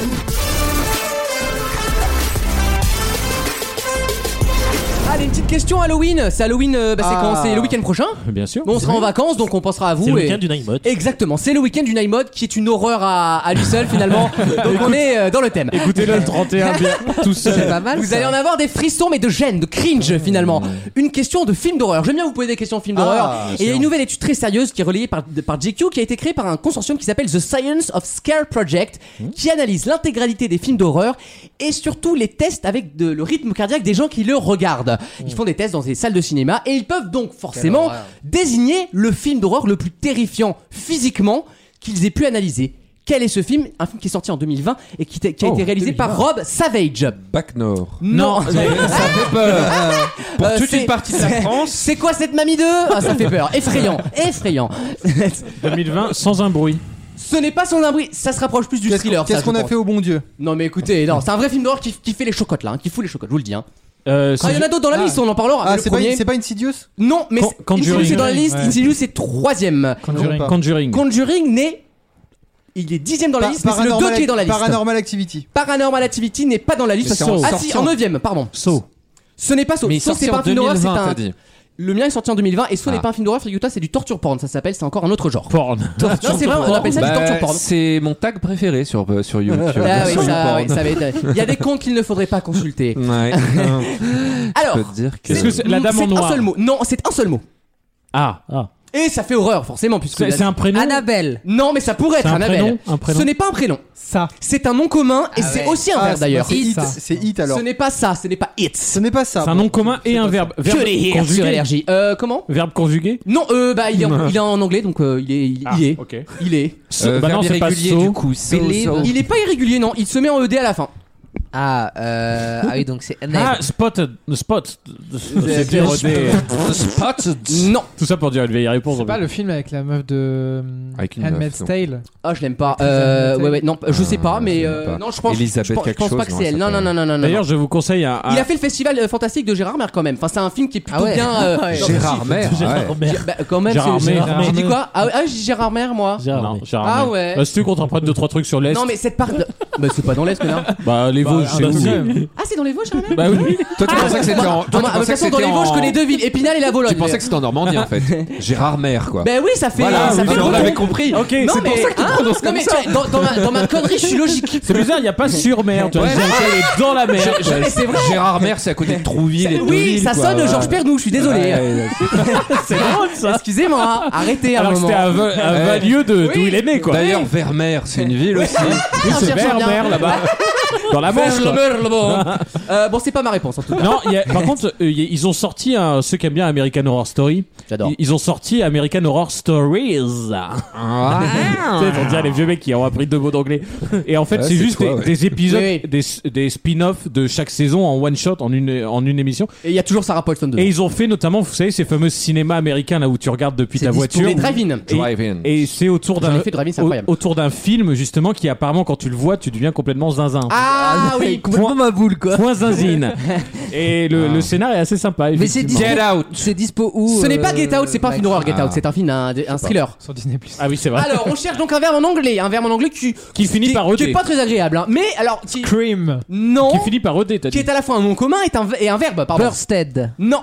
Speaker 2: Allez, une petite question Halloween. C'est Halloween, euh, bah, c'est
Speaker 5: Ah.
Speaker 2: quand C'est le week-end prochain
Speaker 3: Bien sûr.
Speaker 2: Nous, on sera en vacances, donc on pensera à vous.
Speaker 4: C'est le
Speaker 2: et-
Speaker 4: week-end du Nine Mode.
Speaker 2: Exactement, c'est le week-end du Night Mode qui est une horreur à, à lui seul finalement. donc on est euh, dans le thème.
Speaker 3: Écoutez-le le 31 bien, tout
Speaker 5: C'est
Speaker 3: seul.
Speaker 5: pas mal.
Speaker 2: Vous
Speaker 5: ça.
Speaker 2: allez en avoir des frissons, mais de gêne, de cringe finalement. Une question de film d'horreur. J'aime bien vous poser des questions de films d'horreur.
Speaker 11: Ah,
Speaker 2: Et il y a une nouvelle étude très sérieuse qui est relayée par, de- par GQ, qui a été créée par un consortium qui s'appelle The Science of Scare Project,
Speaker 11: Hmm.
Speaker 2: qui analyse l'intégralité des films d'horreur et surtout les tests avec de- le rythme cardiaque des gens qui le regardent.
Speaker 11: Hmm.
Speaker 2: Ils font des tests dans des salles de cinéma et ils peuvent donc forcément
Speaker 5: horreur.
Speaker 2: désigner le film d'horreur le plus terrifiant physiquement qu'ils aient pu analyser. Quel est ce film Un film qui est sorti en 2020 et qui, t- qui a
Speaker 11: Oh,
Speaker 2: été réalisé par Rob Savage.
Speaker 11: Bac Nord.
Speaker 2: Non,
Speaker 11: Pour
Speaker 2: Euh,
Speaker 11: toute
Speaker 2: c'est-
Speaker 11: une partie de la
Speaker 2: c'est-
Speaker 11: France.
Speaker 2: C'est quoi cette mamie de Ah, ça fait peur. Effrayant, effrayant.
Speaker 3: 2020, sans un bruit.
Speaker 2: Ce n'est pas son abri, ça se rapproche plus du
Speaker 10: Qu'est-ce
Speaker 2: thriller.
Speaker 10: qu'on- qu'est-ce
Speaker 2: ça, je
Speaker 10: qu'on a
Speaker 2: pense.
Speaker 10: fait au bon Dieu
Speaker 2: Non, mais écoutez, non, c'est un vrai film d'horreur qui, qui fait les chocottes là, hein, qui fout les chocottes, je vous le dis. hein.
Speaker 3: Euh,
Speaker 2: Ah, il y en a d'autres dans la
Speaker 10: Ah.
Speaker 2: liste, on en parlera.
Speaker 10: Ah,
Speaker 2: mais le
Speaker 10: c'est pas,
Speaker 2: premier.
Speaker 10: c'est pas Insidious
Speaker 2: Non, mais
Speaker 3: Con-
Speaker 2: c'est-
Speaker 3: Conjuring.
Speaker 2: Insidious est dans la liste,
Speaker 6: Ouais.
Speaker 2: Insidious c'est troisième.
Speaker 10: Non, pas.
Speaker 3: Conjuring.
Speaker 2: Conjuring n'est. Il est dixième dans la
Speaker 10: Pa-
Speaker 2: liste, mais c'est le
Speaker 10: Paranormal
Speaker 2: 2 qui est dans la liste.
Speaker 10: Paranormal Activity.
Speaker 2: Paranormal Activity n'est pas dans la liste.
Speaker 11: Mais c'est en
Speaker 2: Ah si,
Speaker 11: sorti en-
Speaker 2: en neuvième, pardon.
Speaker 3: Saut.
Speaker 2: Ce n'est pas Saw.
Speaker 11: Mais il
Speaker 2: Saw, c'est
Speaker 11: sortit
Speaker 2: pas
Speaker 11: en
Speaker 2: un film d'horreur, c'est
Speaker 11: 2020,
Speaker 2: un.
Speaker 11: t'as dit.
Speaker 2: Le mien est sorti en 2020 et ce n'est
Speaker 11: Ah.
Speaker 2: pas un film d'horreur, figure-toi, c'est du torture porn, ça s'appelle, c'est encore un autre genre.
Speaker 3: Porn.
Speaker 2: non, c'est vrai, on appelle ça du
Speaker 11: Bah,
Speaker 2: torture porn.
Speaker 11: c'est mon tag préféré sur, euh, sur YouTube.
Speaker 2: Ah oui,
Speaker 11: Sur
Speaker 2: ça,
Speaker 11: YouPorn.
Speaker 2: oui, ça va être- Il y a des comptes qu'il ne faudrait pas consulter.
Speaker 11: Ouais.
Speaker 2: Alors,
Speaker 11: Je peux te dire que.
Speaker 3: Est-ce que c'est la dame en
Speaker 2: c'est un
Speaker 3: noir
Speaker 2: seul mot. Non, c'est un seul mot.
Speaker 3: Ah, ah.
Speaker 2: Et ça fait horreur, forcément, puisque.
Speaker 3: C'est c'est un prénom
Speaker 5: Annabelle.
Speaker 2: Non, mais ça pourrait être
Speaker 3: C'est un
Speaker 2: Annabelle.
Speaker 3: prénom, un prénom.
Speaker 2: Ce n'est pas un prénom.
Speaker 6: Ça.
Speaker 2: C'est un nom commun et
Speaker 5: Ah
Speaker 2: c'est
Speaker 5: ouais.
Speaker 2: aussi un verbe d'ailleurs.
Speaker 10: C'est Hit,
Speaker 6: ça.
Speaker 10: c'est Hit alors.
Speaker 2: Ce n'est pas ça, ce n'est pas it.
Speaker 10: Ce n'est pas ça.
Speaker 3: C'est un nom commun et un verbe. Verbe
Speaker 2: Que les hairs sur
Speaker 3: conjugué.
Speaker 2: énergie. Euh, comment
Speaker 3: Verbe conjugué.
Speaker 2: Non, euh, bah, il est en, il est en anglais, donc euh, il est. Il, il est.
Speaker 3: Ah, ok.
Speaker 2: Il est.
Speaker 11: Euh,
Speaker 3: bah non,
Speaker 11: verbe
Speaker 3: c'est pas
Speaker 11: irrégulier,
Speaker 3: saut.
Speaker 11: du coup. Saut,
Speaker 5: Believe.
Speaker 11: saut.
Speaker 2: Il est pas irrégulier, non. Il se met en ED E à la fin.
Speaker 5: Ah, euh... ah oui, donc c'est
Speaker 3: Ah, spot, spot.
Speaker 5: avez
Speaker 3: C'est bien
Speaker 5: bien
Speaker 3: rodé.
Speaker 5: spot.
Speaker 2: Non.
Speaker 3: Tout ça pour dire, elle va y répondre.
Speaker 6: C'est pas le film avec la meuf de euh,
Speaker 3: Avec une meuf,
Speaker 6: Handmaid's
Speaker 3: non.
Speaker 6: Tale.
Speaker 2: Ah, je l'aime pas.
Speaker 6: Actrice
Speaker 2: Euh,
Speaker 6: Handmaid's
Speaker 2: ouais, ouais,
Speaker 6: Tale.
Speaker 2: non, je sais
Speaker 11: Ah,
Speaker 2: pas, mais
Speaker 6: je
Speaker 2: euh,
Speaker 6: l'aime pas.
Speaker 2: non, je pense,
Speaker 6: Elisabeth
Speaker 2: je pense, je
Speaker 6: quelque
Speaker 2: pense pas
Speaker 6: chose,
Speaker 2: que
Speaker 6: non,
Speaker 2: c'est elle.
Speaker 6: ça
Speaker 2: Non, non,
Speaker 6: s'appelle.
Speaker 2: non, non, non.
Speaker 3: D'ailleurs, je vous conseille un. un-
Speaker 11: Ah.
Speaker 2: Il a fait le festival euh, fantastique de Gérard Mer quand même. Enfin, c'est un film qui est plutôt
Speaker 5: Ah ouais.
Speaker 2: bien. euh,
Speaker 5: Ouais.
Speaker 2: non,
Speaker 5: Gérard
Speaker 2: si,
Speaker 5: Mer,
Speaker 2: si,
Speaker 5: ouais.
Speaker 4: Oh,
Speaker 2: Gérard Mer. Bah, quand même,
Speaker 3: Gérard
Speaker 2: c'est-
Speaker 3: Mer.
Speaker 2: Gérard Mer. J'ai dit quoi Ah, ah, j'ai dit Gérard Mer, moi.
Speaker 3: Non, Gérard
Speaker 2: Ah
Speaker 3: Mer.
Speaker 2: ouais.
Speaker 3: Bah, si tu veux qu'on t'en prenne 2-3 trucs sur l'Est.
Speaker 2: Non, mais cette part. de- Bah, c'est pas dans l'Est, là.
Speaker 3: Bah, les Vosges,
Speaker 2: ah,
Speaker 3: c'est
Speaker 2: bah,
Speaker 3: où
Speaker 2: si. Ah, c'est dans les Vosges, Gérard Mer
Speaker 3: Bah oui.
Speaker 11: Toi, tu pensais que c'était en.
Speaker 2: Ah,
Speaker 11: toi, tu
Speaker 2: bah, De toute
Speaker 11: pensais que
Speaker 2: façon, dans les
Speaker 11: c'était
Speaker 2: Vosges, je
Speaker 11: en-
Speaker 2: connais deux villes, Épinal et la Vologne.
Speaker 11: Tu pensais que c'était en Normandie en fait. Gérard Mer quoi.
Speaker 2: Ben oui, ça fait.
Speaker 11: Voilà,
Speaker 3: Ah,
Speaker 2: ça
Speaker 11: oui,
Speaker 2: fait
Speaker 11: on
Speaker 2: beaucoup.
Speaker 11: l'avait compris.
Speaker 3: Ok,
Speaker 2: Non,
Speaker 11: c'est
Speaker 2: mais,
Speaker 11: pour ça que tu
Speaker 2: hein,
Speaker 11: prononces
Speaker 2: non,
Speaker 11: comme
Speaker 2: mais
Speaker 11: ça.
Speaker 2: tu vois, Dans, dans ma, dans ma connerie, je suis logique.
Speaker 3: C'est bizarre, il n'y a pas sur mer. Tu vois,
Speaker 11: Ouais.
Speaker 3: Gérard Mer, elle est dans la mer.
Speaker 2: Je- je- mais c'est vrai.
Speaker 11: Gérard Mer, c'est à côté de Trouville et de
Speaker 2: Oui,
Speaker 11: Deauville,
Speaker 2: ça
Speaker 11: quoi,
Speaker 2: sonne
Speaker 11: voilà.
Speaker 2: Georges Pernou, je suis désolé.
Speaker 11: Ouais,
Speaker 2: c'est drôle ça. Excusez-moi, hein. arrêtez un
Speaker 3: Alors que
Speaker 2: moment.
Speaker 3: c'était à Ve- à
Speaker 11: Ouais.
Speaker 3: Valieu de- d'où
Speaker 2: Oui.
Speaker 3: il est né, quoi.
Speaker 11: D'ailleurs, Vermeer, c'est une ville aussi.
Speaker 3: Oui,
Speaker 2: En
Speaker 3: c'est
Speaker 2: cherchant
Speaker 3: vers
Speaker 2: bien.
Speaker 3: mer là-bas. Dans la Manche.
Speaker 2: Vers le
Speaker 3: quoi.
Speaker 2: beurre, le bon. Euh, bon, c'est pas ma réponse en tout cas.
Speaker 3: Non, il y a- par contre, euh, il y a- ils ont sorti un- ceux qui aiment bien American Horror Story.
Speaker 2: J'adore.
Speaker 3: Ils, ils ont sorti American Horror Stories. Tu sais, pour dire les vieux mecs qui ont appris deux mots d'anglais. Et en fait,
Speaker 11: Ouais,
Speaker 3: c'est
Speaker 11: c'est
Speaker 3: juste
Speaker 11: toi,
Speaker 3: des,
Speaker 11: ouais.
Speaker 3: des épisodes,
Speaker 2: Oui,
Speaker 3: des, des spin-offs de chaque saison en one shot, en une en une émission.
Speaker 2: Et il y a toujours Sarah Paulson dedans.
Speaker 3: Et ils ont fait notamment, vous savez, ces fameux cinémas américains là où tu regardes depuis
Speaker 2: C'est
Speaker 3: ta
Speaker 2: dispo-
Speaker 3: voiture.
Speaker 2: les drive-in.
Speaker 3: Et-
Speaker 11: Drive-in.
Speaker 3: Et, c'est autour
Speaker 2: J'en
Speaker 3: d'un
Speaker 2: ai fait drive-in, c'est
Speaker 3: au-
Speaker 2: incroyable.
Speaker 3: autour d'un film justement qui apparemment quand tu le vois, tu deviens complètement zinzin.
Speaker 2: Ah oui,
Speaker 5: complètement ma boule quoi.
Speaker 3: Point zinzine. et le,
Speaker 10: Ah.
Speaker 3: le scénar est assez sympa.
Speaker 5: Mais c'est
Speaker 3: effectivement.
Speaker 5: dispo, c'est dispo où
Speaker 2: Ce n'est
Speaker 5: euh,
Speaker 2: pas Get Out, c'est pas un film d'horreur Get
Speaker 11: Ah.
Speaker 2: Out, c'est un film, un, un thriller.
Speaker 6: Sur Disney Plus.
Speaker 3: Ah oui, c'est vrai.
Speaker 2: Alors, on cherche donc un verbe en anglais, un verbe en anglais qui,
Speaker 3: Qui finit par
Speaker 2: qui est
Speaker 3: ED.
Speaker 2: pas très agréable, hein. mais alors qui,
Speaker 6: Cream.
Speaker 2: non,
Speaker 3: Qui finit par ED, t'as
Speaker 2: qui
Speaker 3: dit.
Speaker 2: est à la fois un nom commun et un, et un verbe, pardon.
Speaker 5: Bursted.
Speaker 2: Non,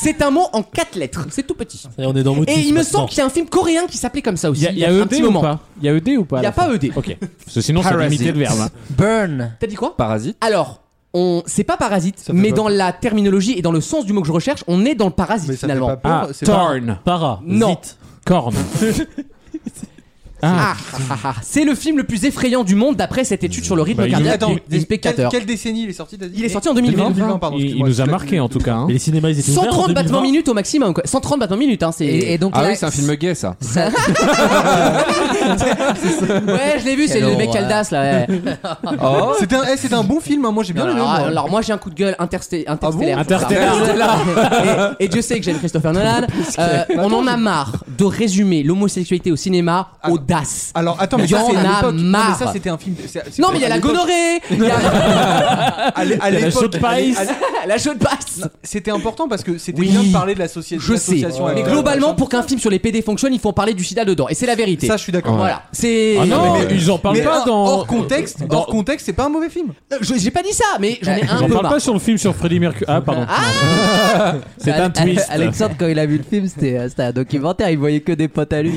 Speaker 2: c'est un mot en quatre lettres, c'est tout petit.
Speaker 4: Et on est dans Motus
Speaker 2: Et il me
Speaker 4: maintenant.
Speaker 2: semble qu'il y a un film coréen qui s'appelait comme ça
Speaker 3: Il
Speaker 2: aussi.
Speaker 3: y a, il y a
Speaker 2: un
Speaker 3: ED
Speaker 2: petit
Speaker 3: ou
Speaker 2: moment.
Speaker 3: pas Il y a ED ou pas
Speaker 2: Il n'y a pas E ED.
Speaker 3: Ok. Parce que sinon, c'est limité de verbe. hein.
Speaker 5: Burn.
Speaker 2: T'as dit quoi
Speaker 11: Parasite.
Speaker 2: Alors, on, c'est pas parasite,
Speaker 6: Ça fait
Speaker 2: mais
Speaker 6: pas
Speaker 2: dans la terminologie et dans le sens du mot que je recherche, on est dans le parasite
Speaker 10: Mais ça fait
Speaker 2: finalement.
Speaker 10: pas
Speaker 3: Ah,
Speaker 10: peur. c'est pas-
Speaker 3: Torn.
Speaker 4: Para.
Speaker 2: non.
Speaker 3: Corn. Ah,
Speaker 2: Ah, ah, ah, c'est le film le plus effrayant du monde d'après cette étude sur le rythme
Speaker 3: Bah, il-
Speaker 2: cardiaque
Speaker 10: Attends,
Speaker 2: des spectateurs.
Speaker 10: Quelle, quelle décennie il est sorti t'as dit
Speaker 2: Il est sorti en 2020.
Speaker 10: 2020, pardon,
Speaker 3: il, il
Speaker 10: excuse-moi,
Speaker 3: nous a
Speaker 10: je-
Speaker 3: marqué en tout cas. hein.
Speaker 4: Mais les cinémas, ils étaient ouverts en
Speaker 2: 130 battements
Speaker 4: 2020.
Speaker 2: minutes au maximum, quoi. 130 battements minutes, hein, c'est.
Speaker 5: Et, et donc
Speaker 11: Ah
Speaker 5: là,
Speaker 11: oui, c'est un film gay ça.
Speaker 5: ça-
Speaker 2: Ouais, je l'ai vu, c'est
Speaker 5: Quelle
Speaker 2: le mec
Speaker 5: horreur.
Speaker 2: Caldas là. ouais.
Speaker 10: C'était un, eh, c'était un bon film, hein, moi j'ai bien aimé.
Speaker 2: alors,
Speaker 10: moi.
Speaker 2: alors, moi j'ai un coup de gueule interste-
Speaker 3: Ah
Speaker 2: interstellaire. Ah,
Speaker 3: Interstellar.
Speaker 2: et, et Dieu sait que j'aime Christopher Nolan. Euh, on en a marre de résumer l'homosexualité au cinéma
Speaker 10: Ah.
Speaker 2: audace.
Speaker 10: Alors, attends, mais
Speaker 2: Il y
Speaker 10: ça
Speaker 2: en
Speaker 10: c'est à
Speaker 2: a
Speaker 10: l'époque. Non, mais
Speaker 2: marre.
Speaker 10: ça c'était un film. de- c'est- c'est-
Speaker 2: Non mais il y a
Speaker 10: à
Speaker 2: la
Speaker 10: l'époque-
Speaker 2: gonorrhée, il y a
Speaker 10: À l'é- à
Speaker 3: Il y a la
Speaker 10: l'époque-
Speaker 3: chaude paille.
Speaker 10: à l'é-
Speaker 2: la chaude passe.
Speaker 10: C'était important parce que c'était
Speaker 2: Oui.
Speaker 10: bien de parler de la société.
Speaker 2: Je sais. Mais globalement, pour qu'un film sur les PD fonctionne, il faut en parler du sida dedans. Et c'est la vérité.
Speaker 10: Ça, je suis d'accord.
Speaker 2: Voilà. C'est.
Speaker 3: Ah non,
Speaker 10: mais-
Speaker 3: mais ils en parlent
Speaker 10: Mais
Speaker 3: pas
Speaker 10: hors-
Speaker 3: dans.
Speaker 10: hors contexte,
Speaker 3: dans-
Speaker 10: hors contexte, c'est pas un mauvais film.
Speaker 2: Euh, je- J'ai pas dit ça, mais j'en ai
Speaker 5: Ils
Speaker 2: un
Speaker 3: Ils en
Speaker 2: peu
Speaker 3: parlent
Speaker 2: marre.
Speaker 3: pas sur le film sur Freddie Mercury. Ah, pardon.
Speaker 2: Ah.
Speaker 3: C'est
Speaker 5: Ale-
Speaker 3: un twist.
Speaker 5: Ale- Alexandre, quand il a vu le film, c'était euh, c'était un documentaire. Il voyait que des potes à lui.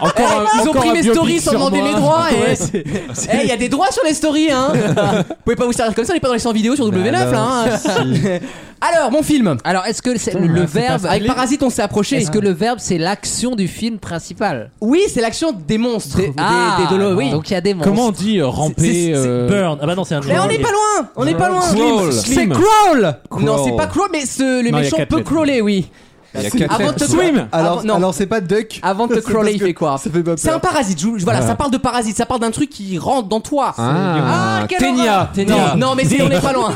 Speaker 3: Encore un-
Speaker 2: Eh, Ils ont
Speaker 3: encore
Speaker 2: pris
Speaker 3: un
Speaker 2: mes
Speaker 3: biopic
Speaker 2: stories sans
Speaker 3: sur
Speaker 2: demander
Speaker 3: moi.
Speaker 2: mes droits. et- Eh, il y a des droits sur les stories, hein. vous pouvez pas vous servir comme ça, on est pas dans les 100 vidéos sur W9,
Speaker 3: Bah
Speaker 2: là. hein. Alors, mon film.
Speaker 5: Alors, est-ce que c'est- le
Speaker 6: c'est
Speaker 5: verbe
Speaker 2: Avec Parasite, on s'est approché.
Speaker 5: Est-ce que le verbe c'est l'action du film principal
Speaker 2: Oui, c'est l'action des monstres. Des,
Speaker 5: Ah,
Speaker 2: des- des dolos, oui.
Speaker 5: Donc il y a des monstres.
Speaker 3: Comment on dit euh, ramper euh,
Speaker 4: Burn. Ah bah non, c'est un
Speaker 2: Mais on est pas loin, on est pas loin.
Speaker 11: Crawl.
Speaker 2: C'est
Speaker 3: Slim.
Speaker 2: crawl.
Speaker 11: Crawl.
Speaker 2: Non, c'est pas crawl, mais ce, le
Speaker 3: Non, il y a
Speaker 2: méchant
Speaker 3: quatre
Speaker 2: peut
Speaker 3: lettres.
Speaker 2: crawler, oui.
Speaker 11: Il y a quatre
Speaker 2: Avant de te
Speaker 11: lettres.
Speaker 3: Swim.
Speaker 10: Alors,
Speaker 2: Avant- non.
Speaker 10: alors c'est pas Duck.
Speaker 2: Avant de te
Speaker 10: C'est
Speaker 2: crawler,
Speaker 10: parce
Speaker 2: il
Speaker 10: que
Speaker 2: fait quoi
Speaker 10: Ça fait pas
Speaker 2: C'est
Speaker 10: peur.
Speaker 2: un parasite. je- voilà, ça parle de parasite, ça parle d'un truc qui rentre dans toi.
Speaker 11: Ah,
Speaker 2: quelle
Speaker 11: Ténia,
Speaker 2: horreur.
Speaker 11: Ténia.
Speaker 2: Non, non, mais c'est- on est pas loin.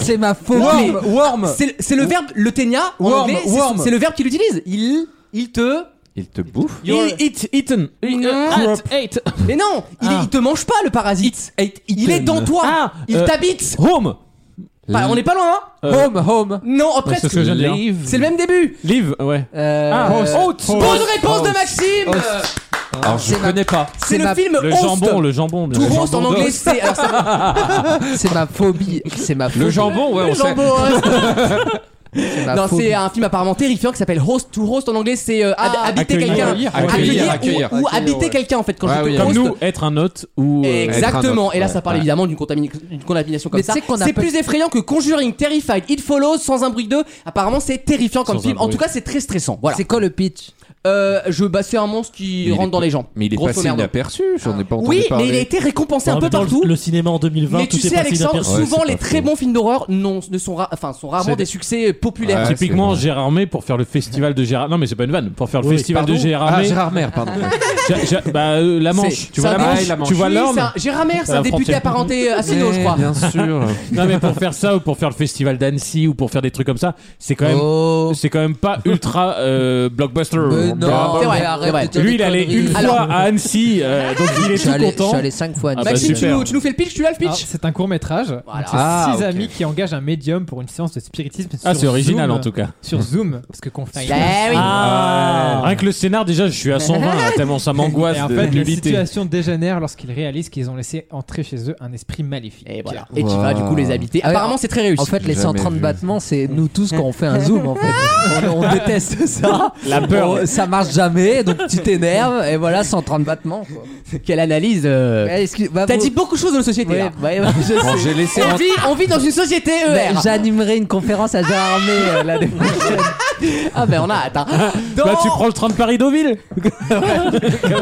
Speaker 5: C'est ma faute.
Speaker 10: Worm, worm.
Speaker 2: C'est le- c'est le verbe le ténia. en
Speaker 10: Worm,
Speaker 2: anglais, c'est-
Speaker 10: worm.
Speaker 2: C'est le verbe qu'il utilise. Il, il te.
Speaker 11: Il te bouffe.
Speaker 2: Il,
Speaker 3: Eat, eaten.
Speaker 2: Non.
Speaker 3: Eight.
Speaker 2: mais non, il, est- il te mange pas le parasite. il est dans toi.
Speaker 3: Ah,
Speaker 2: il
Speaker 3: euh,
Speaker 2: t'habite.
Speaker 3: Home.
Speaker 2: Enfin, on n'est pas loin. hein.
Speaker 3: Euh,
Speaker 5: Home, home.
Speaker 2: Non, après
Speaker 3: c'est ce que je viens de dire. Live.
Speaker 2: C'est le même début.
Speaker 3: Live, ouais.
Speaker 5: Euh,
Speaker 3: Ah, host.
Speaker 2: Bonne réponse de Maxime.
Speaker 11: Alors je
Speaker 5: C'est ma-
Speaker 11: connais pas.
Speaker 2: C'est le
Speaker 5: ma-
Speaker 2: film
Speaker 3: Le
Speaker 2: Host.
Speaker 3: jambon, le jambon. bien
Speaker 2: Tout
Speaker 3: sûr.
Speaker 2: roast en anglais, c'est. alors, c'est-
Speaker 5: C'est ma phobie. C'est ma phobie.
Speaker 11: Le jambon, ouais,
Speaker 2: le
Speaker 11: on sait.
Speaker 2: jambon Host.
Speaker 5: C'est ma
Speaker 2: hein. Non,
Speaker 5: phobie.
Speaker 2: c'est un film apparemment terrifiant qui s'appelle Host to Host en anglais, c'est euh, hab-
Speaker 5: Ah.
Speaker 2: habiter
Speaker 3: Accueillir.
Speaker 2: quelqu'un.
Speaker 3: Accueillir.
Speaker 2: Accueillir,
Speaker 11: Accueillir.
Speaker 2: ou, ou
Speaker 10: Accueillir,
Speaker 2: habiter
Speaker 10: ouais.
Speaker 2: quelqu'un en fait quand
Speaker 11: Ouais,
Speaker 2: j'étais
Speaker 11: oui,
Speaker 2: host.
Speaker 3: Comme nous, être un hôte ou. euh,
Speaker 2: Exactement, et là ça parle
Speaker 11: ouais.
Speaker 2: évidemment d'une contamina- d'une contamination comme
Speaker 5: Mais
Speaker 2: ça.
Speaker 5: tu sais qu'on
Speaker 2: C'est
Speaker 5: appelle-
Speaker 2: plus effrayant que Conjuring, Terrified, It Follows, sans un bruit d'eux. Apparemment, c'est terrifiant comme
Speaker 3: Sans un
Speaker 2: film. En
Speaker 3: bruit.
Speaker 2: tout cas, c'est très stressant. Voilà.
Speaker 5: C'est quoi le pitch
Speaker 2: Euh, je, bah, c'est un monstre qui rentre dans les gens.
Speaker 11: Mais il est
Speaker 2: Grosso
Speaker 11: passé
Speaker 2: merdo. Ah.
Speaker 11: inaperçu, j'en ai pas entendu
Speaker 2: Oui,
Speaker 11: parler.
Speaker 2: mais il a été récompensé
Speaker 11: En
Speaker 2: un peu
Speaker 11: même temps,
Speaker 2: partout.
Speaker 4: Le cinéma en 2020,
Speaker 2: Mais tu
Speaker 4: tout est
Speaker 2: sais,
Speaker 4: passé
Speaker 2: Alexandre,
Speaker 4: inaperçu.
Speaker 2: souvent
Speaker 11: Ouais, c'est
Speaker 2: les
Speaker 11: pas
Speaker 2: très bons films d'horreur non, ne sont, ra- enfin, sont rarement
Speaker 3: C'est-
Speaker 2: des succès populaires.
Speaker 3: Typiquement, Gérard May pour faire le festival de Gérard. Non, mais c'est pas une vanne. Pour faire le
Speaker 11: Oui,
Speaker 3: festival
Speaker 11: pardon.
Speaker 3: de Gérard
Speaker 11: Ah,
Speaker 3: May.
Speaker 11: Gérard Mer, pardon.
Speaker 3: Ja- ja- bah, euh, la Manche.
Speaker 11: C'est-
Speaker 3: Tu vois
Speaker 11: ça
Speaker 3: la
Speaker 11: marche.
Speaker 3: Manche. Tu vois
Speaker 11: Oui,
Speaker 3: l'Orne.
Speaker 2: c'est un- Gérard Mer, c'est un
Speaker 3: La
Speaker 2: député
Speaker 3: frontière.
Speaker 2: apparenté euh, à Sino, je crois.
Speaker 11: Bien
Speaker 10: Ah,
Speaker 11: sûr.
Speaker 3: non mais pour faire ça ou pour faire le festival d'Annecy ou pour faire des trucs comme ça, c'est quand même c'est quand même pas ultra euh, blockbuster.
Speaker 5: Mais non,
Speaker 3: Bravo.
Speaker 5: c'est vrai, arrête de dire
Speaker 3: Lui
Speaker 5: des
Speaker 3: il allait
Speaker 5: conneries.
Speaker 3: une fois
Speaker 5: Alors-
Speaker 3: à Annecy, euh, donc il
Speaker 5: Je
Speaker 3: est
Speaker 5: suis
Speaker 3: tout
Speaker 5: allé-
Speaker 3: content.
Speaker 5: je suis allé cinq fois à Ah.
Speaker 3: Ah, bah,
Speaker 6: Maxime, tu
Speaker 3: super.
Speaker 6: nous-
Speaker 2: Tu nous fais le pitch, tu l'as le pitch
Speaker 6: Alors, C'est un court métrage.
Speaker 2: Voilà.
Speaker 6: C'est
Speaker 3: Ah,
Speaker 6: six
Speaker 3: ok.
Speaker 6: amis qui engagent un médium pour une séance de spiritisme.
Speaker 3: Ah,
Speaker 6: sur
Speaker 3: c'est original,
Speaker 6: Zoom.
Speaker 3: en tout cas.
Speaker 6: Sur Zoom, parce que Confinement.
Speaker 5: Ah.
Speaker 3: Ah, Rien que le scénar déjà, je suis à 120 là, tellement ça m'angoisse
Speaker 6: Et en
Speaker 3: de
Speaker 6: fait, la
Speaker 3: nullité.
Speaker 6: situation dégénère lorsqu'ils réalisent qu'ils ont laissé entrer chez eux un esprit maléfique.
Speaker 2: Et voilà.
Speaker 5: Et tu vas, du coup, les
Speaker 2: habiter. Apparemment, c'est très réussi.
Speaker 5: Ah En fait, les
Speaker 2: Jamais
Speaker 5: 130
Speaker 2: vu.
Speaker 5: battements, c'est nous tous quand on fait un zoom. En fait. on, on déteste ça.
Speaker 3: La peur.
Speaker 5: On- ça marche jamais, donc tu t'énerves. Et voilà, 130 battements. quoi.
Speaker 2: Quelle analyse euh,
Speaker 5: Eh, excuse- bah,
Speaker 2: T'as
Speaker 5: vous-
Speaker 2: dit beaucoup de choses dans la société.
Speaker 5: Ouais,
Speaker 2: là.
Speaker 5: ouais, ouais, je
Speaker 11: Bon,
Speaker 5: sais.
Speaker 11: j'ai laissé
Speaker 2: on,
Speaker 11: en-
Speaker 2: vit, on vit dans une société ER.
Speaker 5: Ben, J'animerai une conférence à Gérard Armé euh, l'année prochaine.
Speaker 2: Ah ben on a hâte. hein. Dans-
Speaker 3: Bah, tu prends le train de Paris Deauville
Speaker 5: Tu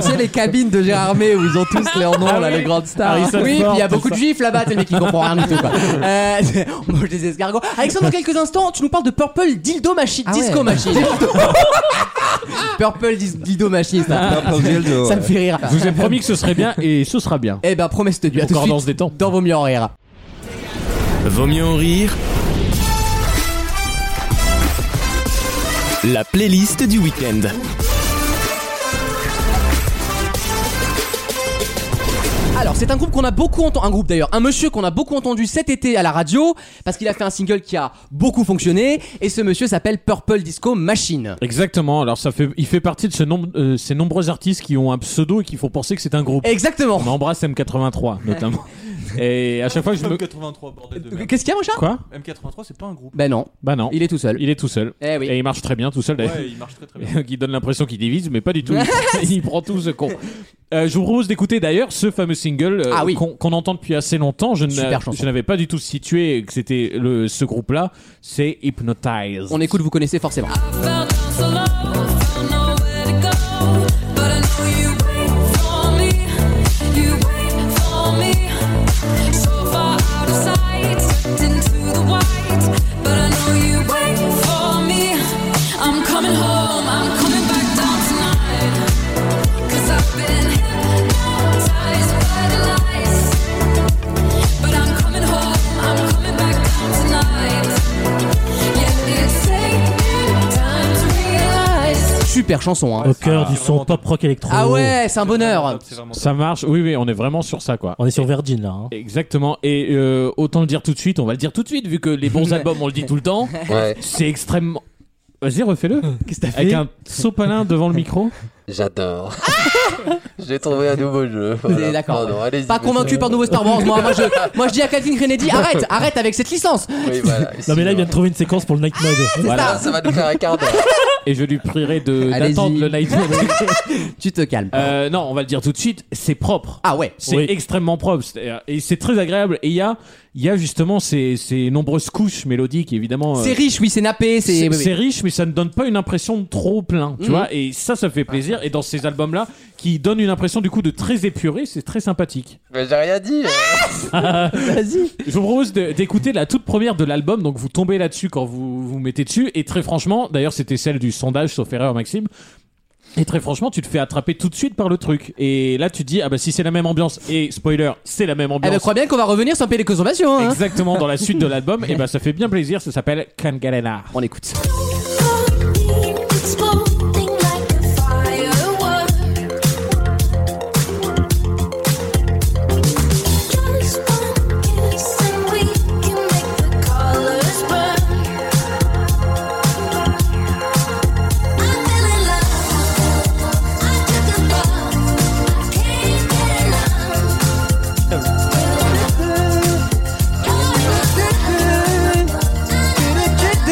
Speaker 5: sais, les cabines de Gérard Armé où ils ont tous leur nom, là, les grandes stars.
Speaker 2: Oui, puis il y a beaucoup de juifs là-bas, t'es le mec qui comprend rien du tout. Quoi. Euh, on mange des escargots. Alexandre, dans quelques instants, tu nous parles de Purple Dildo Machine,
Speaker 5: Ah ouais.
Speaker 2: Disco Machine. Purple Dis- Dildo hein. Machine, ça. Ah. ça me fait rire.
Speaker 3: Je vous ai promis que ce serait bien et ce sera bien.
Speaker 2: Eh ben, promesse tenue. À tout de
Speaker 3: Concordance
Speaker 2: suite
Speaker 3: des temps.
Speaker 2: dans Vos mieux en rire.
Speaker 1: Vaut mieux en rire. La playlist du week-end.
Speaker 2: Alors, c'est un groupe qu'on a beaucoup entendu, un groupe d'ailleurs, un monsieur qu'on a beaucoup entendu cet été à la radio, parce qu'il a fait un single qui a beaucoup fonctionné, et ce monsieur s'appelle Purple Disco Machine.
Speaker 3: Exactement. Alors ça fait, il fait partie de ce nombre, euh, ces nombreux artistes qui ont un pseudo et qui font penser que c'est un
Speaker 2: Eh,
Speaker 3: groupe.
Speaker 2: Exactement.
Speaker 3: On embrasse M83 notamment. et à chaque fois que je me
Speaker 10: M83, bordel de merde.
Speaker 2: Qu'est-ce qu'il y a, mon chat
Speaker 3: quoi
Speaker 10: M83, c'est pas un groupe.
Speaker 2: Ben non,
Speaker 3: Bah non.
Speaker 2: il est tout seul.
Speaker 3: Il est tout seul.
Speaker 2: Eh oui.
Speaker 3: Et il marche très bien tout seul d'ailleurs.
Speaker 10: Ouais, il marche très très bien.
Speaker 3: qui donne l'impression qu'il divise, mais pas du tout. il prend tout ce con. Euh, je vous propose d'écouter d'ailleurs ce fameux single euh,
Speaker 2: Ah oui.
Speaker 3: qu'on qu'on entend depuis assez longtemps. Je n'a-
Speaker 2: Super chanson.
Speaker 3: je n'avais pas du tout situé que c'était le- ce groupe-là. C'est Hypnotize.
Speaker 2: On écoute, vous connaissez forcément.
Speaker 12: I'm coming home, I'm coming back down tonight. Cause I've been hypnotized by the lights. But I'm coming home, I'm coming back down tonight. Yeah, it's taking time to realize.
Speaker 2: Super chanson,
Speaker 3: Oh.
Speaker 2: hein.
Speaker 4: Au cœur du son pop rock électro.
Speaker 2: Ah ouais, c'est un bonheur.
Speaker 3: Ça marche. Oui, oui, on est vraiment sur ça, quoi.
Speaker 4: On est sur Virgin là. hein.
Speaker 3: Exactement. Et euh, autant le dire tout de suite. On va le dire tout de suite, vu que les bons albums, on le dit tout le temps.
Speaker 14: Ouais.
Speaker 3: C'est extrêmement. Vas-y, refais-le.
Speaker 2: Qu'est-ce que t'as
Speaker 3: Avec
Speaker 2: fait
Speaker 3: un sopalin devant le micro.
Speaker 14: J'adore. J'ai trouvé un nouveau jeu. Voilà.
Speaker 2: D'accord.
Speaker 14: Non, non, allez-y,
Speaker 2: Pas convaincu
Speaker 14: monsieur.
Speaker 2: par nouveau Star Wars. Moi, moi, je, moi, je dis à Kathleen Kennedy, arrête, arrête avec cette licence.
Speaker 14: Oui, voilà.
Speaker 4: Non mais là il vient de trouver une séquence pour le Night Mode.
Speaker 14: Voilà, ça va nous faire un quart d'heure.
Speaker 3: Et je lui prierai de-
Speaker 2: Allez-y.
Speaker 3: d'attendre le live.
Speaker 2: Tu te calmes.
Speaker 3: Euh, non, on va le dire tout de suite, c'est propre.
Speaker 2: Ah ouais.
Speaker 3: C'est extrêmement propre. c'est-à-dire- Et c'est très agréable. Et il y a, il y a justement ces, ces nombreuses couches mélodiques, évidemment. euh,
Speaker 2: C'est riche, oui, c'est nappé, c'est.
Speaker 3: c'est
Speaker 2: oui, oui.
Speaker 3: c'est riche, mais ça ne donne pas une impression de trop plein, tu
Speaker 2: Mhm.
Speaker 3: vois. Et ça, ça fait plaisir. Et dans ces albums-là, qui donnent une impression du coup de très épuré, c'est très sympathique.
Speaker 14: Mais j'ai rien dit.
Speaker 2: Vas-y.
Speaker 3: Je vous propose de- d'écouter la toute première de l'album, donc vous tombez là-dessus quand vous vous mettez dessus. Et très franchement, d'ailleurs, c'était celle du sondage, sauf erreur, Maxime. Et très franchement, tu te fais attraper tout de suite par le truc. Et là, tu te dis, ah bah si c'est la même ambiance, et spoiler, c'est la même
Speaker 2: Eh
Speaker 3: ambiance.
Speaker 2: ben, crois bien qu'on va revenir sans payer les consommations. Hein.
Speaker 3: Exactement, dans la suite de l'album, et bah ça fait bien plaisir, ça s'appelle Kangalena.
Speaker 2: On écoute.
Speaker 12: Exploding like a firework. Just one kiss and we can make the colors burn. I fell in love. I took a fall. I can't get enough. You're my love. I can't get enough.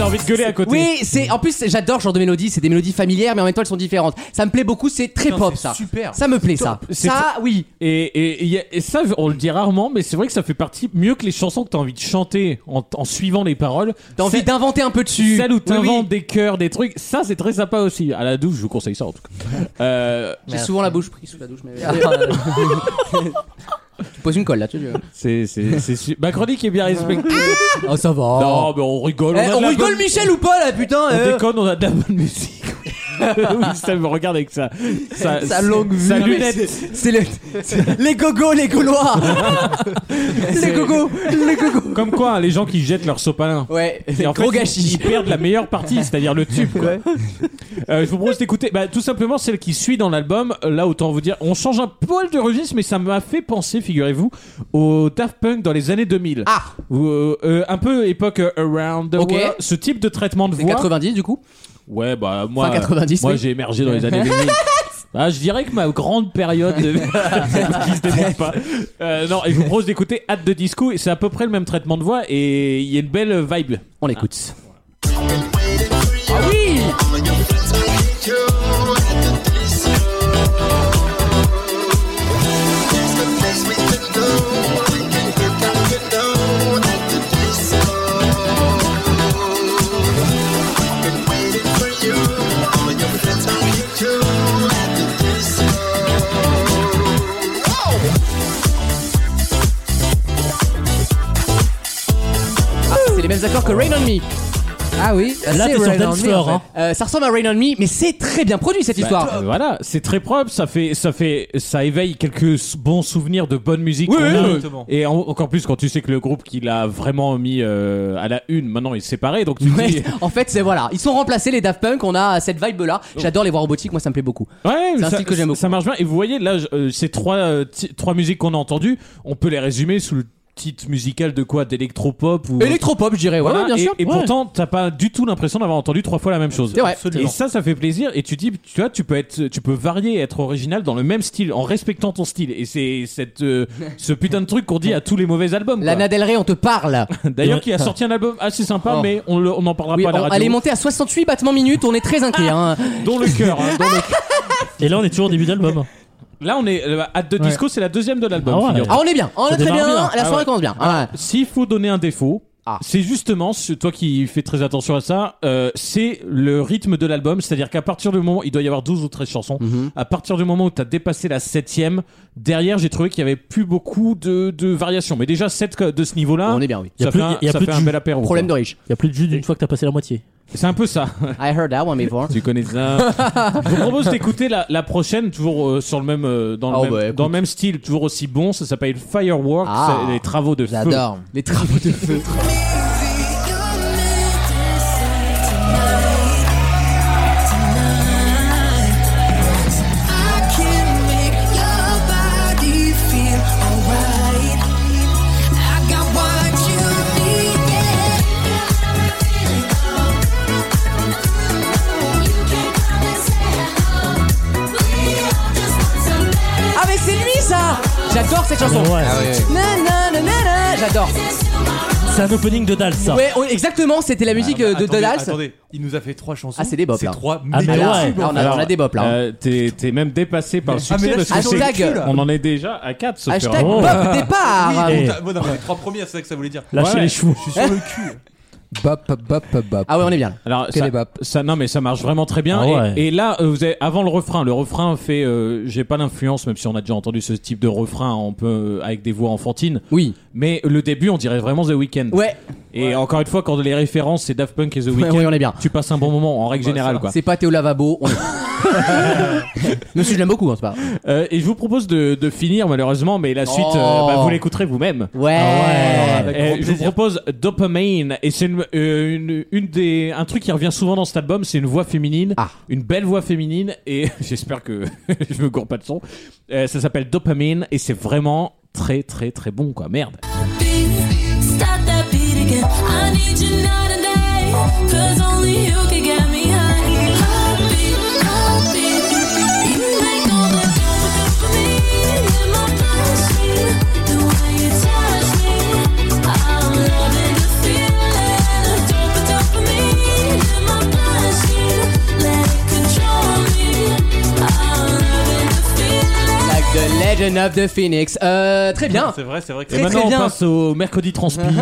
Speaker 3: envie de gueuler à côté.
Speaker 2: Oui, c'est en plus c'est- j'adore ce genre de mélodies, c'est des mélodies familières mais en même temps elles sont différentes. Ça me plaît beaucoup, c'est très pop ça.
Speaker 3: super.
Speaker 2: Ça me plaît ça.
Speaker 3: C'est
Speaker 2: Ça
Speaker 3: tr-
Speaker 2: oui.
Speaker 3: Et, et- et y a- et ça, on le dit rarement, mais c'est vrai que ça fait partie mieux que les chansons que t'as envie de chanter en, en suivant les paroles.
Speaker 2: T'as envie d'inventer un peu dessus.
Speaker 3: Celle où
Speaker 2: Oui,
Speaker 3: t'inventes
Speaker 2: oui.
Speaker 3: des chœurs, des trucs. Ça, c'est très sympa aussi. À la douche, je vous conseille ça en tout cas. Euh,
Speaker 2: J'ai souvent la bouche prise sous la douche mais Tu poses une colle là, tu veux.
Speaker 3: C'est, c'est, c'est su- Ma chronique est bien respectée.
Speaker 2: oh, ça va.
Speaker 3: Non, mais on rigole.
Speaker 2: Eh,
Speaker 3: a de
Speaker 2: on
Speaker 3: la
Speaker 2: rigole
Speaker 3: bonne-
Speaker 2: Michel ou pas là putain
Speaker 3: On
Speaker 2: euh.
Speaker 3: déconne, on a de la bonne musique. oui, ça me regarde avec ça. Ça,
Speaker 2: Sa longue vue.
Speaker 3: Sa
Speaker 2: Non, mais
Speaker 3: lunette.
Speaker 2: c'est- C'est le- c'est- les gogos, les gaulois. les gogos, les gogos.
Speaker 3: Comme quoi, hein, les gens qui jettent leur sopalin.
Speaker 2: Ouais,
Speaker 3: Et en
Speaker 2: gros
Speaker 3: fait,
Speaker 2: gâchis.
Speaker 3: Ils perdent la meilleure partie, c'est-à-dire le tube. quoi. Euh, je vous propose d'écouter bah, tout simplement celle qui suit dans l'album. Euh, Là, autant vous dire, on change un poil de registre, mais ça m'a fait penser, figurez-vous, au Daft Punk dans les années 2000.
Speaker 2: Ah
Speaker 3: Où, euh, euh, Un peu époque euh, Around the
Speaker 2: Ok.
Speaker 3: World. Ce type de traitement de
Speaker 2: C'est
Speaker 3: voix.
Speaker 2: 90 du coup
Speaker 3: Ouais, bah moi,
Speaker 2: Fin 90,
Speaker 3: moi
Speaker 2: oui.
Speaker 3: j'ai émergé dans les années 2000. Ah, je dirais que ma grande période de... qui se démonte pas. Euh, non, et je vous propose d'écouter Hâte de Disco, et c'est à peu près le même traitement de voix, et il y a une belle vibe.
Speaker 2: On l'écoute.
Speaker 12: Ah oui
Speaker 2: Ah, c'est les mêmes accords que Rain on Me. Ah oui,
Speaker 5: Là, c'est t'es sur Rain on Me, en Floor, fait. hein.
Speaker 2: Euh, ça ressemble à Rain on Me, mais c'est très bien produit cette
Speaker 3: Bah,
Speaker 2: histoire.
Speaker 3: euh, voilà, c'est très propre, ça fait, ça fait, ça éveille quelques s- bons souvenirs de bonne musique.
Speaker 2: Oui,
Speaker 3: qu'on
Speaker 2: oui,
Speaker 3: a.
Speaker 2: oui.
Speaker 6: Exactement.
Speaker 3: Et en- encore plus quand tu sais que le groupe qu'il a vraiment mis euh, à la une, maintenant il est séparé, donc tu te dis.
Speaker 2: En fait, c'est voilà, ils sont remplacés les Daft Punk. On a cette vibe là. J'adore les voir robotiques, moi ça me plaît beaucoup.
Speaker 3: Ouais,
Speaker 2: C'est un
Speaker 3: ça,
Speaker 2: style que j'aime beaucoup.
Speaker 3: ça marche bien. Et vous voyez, là, je- euh, ces trois, euh, ti- trois musiques qu'on a entendues, on peut les résumer sous le titre musical de quoi D'électropop ou...
Speaker 2: Électropop, je dirais. Ouais,
Speaker 3: Voilà,
Speaker 2: ouais, bien
Speaker 3: et,
Speaker 2: sûr.
Speaker 3: Et
Speaker 2: Ouais.
Speaker 3: pourtant, t'as pas du tout l'impression d'avoir entendu trois fois la même chose.
Speaker 2: C'est vrai. Absolument.
Speaker 3: Et ça, ça fait plaisir. Et tu dis, tu vois, tu peux être, tu peux varier, être original dans le même style, en respectant ton style. Et c'est cette, euh, ce putain de truc qu'on dit à tous les mauvais albums. quoi.
Speaker 2: Lana Del Rey, on te parle.
Speaker 3: D'ailleurs, qui a sorti un album assez sympa,
Speaker 2: Oh.
Speaker 3: mais on le- on n'en parlera
Speaker 2: Oui,
Speaker 3: pas à la
Speaker 2: on-
Speaker 3: radio. Ah.
Speaker 2: elle est montée à 68 battements minutes. On est très inquiet. Hein.
Speaker 3: Dont le cœur. hein, dont
Speaker 2: Ah.
Speaker 3: le-
Speaker 4: Et là, on est toujours au début d'album.
Speaker 3: Là, on est. euh, Hâte de disco, c'est la deuxième de l'album.
Speaker 4: Ah ouais.
Speaker 3: figure-toi.
Speaker 2: Ah, on est bien. On
Speaker 4: Ça
Speaker 2: est très bien.
Speaker 4: démarre bien.
Speaker 2: La soirée
Speaker 3: Ah ouais.
Speaker 2: commence bien.
Speaker 3: Alors, S'il faut donner un défaut,
Speaker 2: Ah.
Speaker 3: c'est justement, ce- toi qui fais très attention à ça, euh, c'est le rythme de l'album. C'est-à-dire qu'à partir du moment, il doit y avoir 12 ou 13 chansons.
Speaker 2: Mhm.
Speaker 3: À partir du moment où tu as dépassé la septième, derrière, j'ai trouvé qu'il y avait plus beaucoup de, de variations. Mais déjà, 7 de ce niveau-là.
Speaker 2: On est bien, oui.
Speaker 3: Ça fait un, ça fait un bel apéro.
Speaker 2: Problème de
Speaker 3: quoi.
Speaker 2: riche.
Speaker 4: Il y a plus de jus d'une fois que t'as passé la moitié.
Speaker 3: C'est un peu ça.
Speaker 2: I heard that one before.
Speaker 3: Tu connais ça. Je vous propose d'écouter la, la prochaine, toujours euh, sur le même, euh, dans, le
Speaker 2: Ah,
Speaker 3: même
Speaker 2: bah, écoute.
Speaker 3: dans le même style, toujours aussi bon. Ça s'appelle Fireworks,
Speaker 2: Ah.
Speaker 3: c'est les travaux de feu.
Speaker 2: J'adore. Les travaux de feu. Ah mais c'est lui ça J'adore cette chanson.
Speaker 4: Ah ouais. Ah ouais, ouais.
Speaker 2: Na, na, na, na, na. J'adore.
Speaker 4: C'est un opening de Dals,
Speaker 3: Ah.
Speaker 4: ça.
Speaker 2: Ouais, ouais, exactement, c'était la musique euh, de
Speaker 10: attendez,
Speaker 2: Dallas.
Speaker 10: Attendez, il nous a fait trois chansons.
Speaker 2: Ah, c'est des bops,
Speaker 10: C'est
Speaker 2: là.
Speaker 10: trois
Speaker 2: Ah, mais
Speaker 10: méga
Speaker 2: ouais.
Speaker 10: tubes,
Speaker 2: Ah, on a-
Speaker 10: enfin.
Speaker 2: on a des bops, là, hein.
Speaker 3: euh, t'es, t'es même dépassé par le
Speaker 10: Ah, mais
Speaker 3: succès
Speaker 10: là, Ah,
Speaker 3: parce que
Speaker 10: c'est
Speaker 3: c'est-
Speaker 10: ridicule.
Speaker 3: on en est déjà à 4 ce
Speaker 10: Hashtag
Speaker 3: soir.
Speaker 10: Bob
Speaker 3: Oh.
Speaker 10: Oui,
Speaker 2: départ.
Speaker 10: bon,
Speaker 3: Et-
Speaker 10: t'as- bon, euh, non, mais les trois premières, c'est ça que ça voulait dire.
Speaker 3: Lâchez
Speaker 10: Ouais.
Speaker 3: les chevaux.
Speaker 10: Je suis sur le cul.
Speaker 5: Bop, bop, bop.
Speaker 2: Ah ouais, on est bien.
Speaker 3: Alors,
Speaker 5: Que
Speaker 3: ça,
Speaker 5: les baps.
Speaker 3: ça- non, mais ça marche vraiment très bien.
Speaker 4: Ah
Speaker 3: Et-
Speaker 4: ouais.
Speaker 3: et, là, euh, vous avez, avant le refrain, le refrain fait, euh, j'ai pas l'influence, même si on a déjà entendu ce type de refrain, on peut euh, avec des voix enfantines.
Speaker 2: Oui.
Speaker 3: Mais le début, on dirait vraiment The Weeknd.
Speaker 2: Ouais.
Speaker 3: Et encore une fois, quand les références c'est Daft Punk et The Weeknd,
Speaker 2: ouais, on est bien.
Speaker 3: tu passes un bon moment en règle
Speaker 10: Bah,
Speaker 3: générale, quoi.
Speaker 2: C'est pas Théo Lavabo. On... Monsieur, je l'aime beaucoup, hein, c'est pas.
Speaker 3: Euh, et je vous propose de, de finir malheureusement, mais la suite,
Speaker 2: Oh.
Speaker 3: euh, bah, vous l'écouterez vous-même.
Speaker 2: Ouais. Ah ouais.
Speaker 3: Euh, je vous propose Dopamine et c'est une, euh, une- une des un truc qui revient souvent dans cet album, c'est une voix féminine,
Speaker 2: Ah.
Speaker 3: une belle voix féminine et j'espère que je me gourre pas de son. Euh, ça s'appelle Dopamine et c'est vraiment très très très bon quoi. Merde.
Speaker 12: Stop that beat again. I need you night and day. 'Cause only you can get me high. Heartbeat, heartbeat. You make all the difference for me in my bloodstream. The way you touch me, I'm loving the feeling. Dopamine, dopamine.
Speaker 2: Legend of the Phoenix. Euh, très bien.
Speaker 3: C'est vrai, c'est vrai.
Speaker 2: que-
Speaker 3: Et
Speaker 2: Très,
Speaker 3: maintenant,
Speaker 2: très bien.
Speaker 3: on passe au mercredi transpi.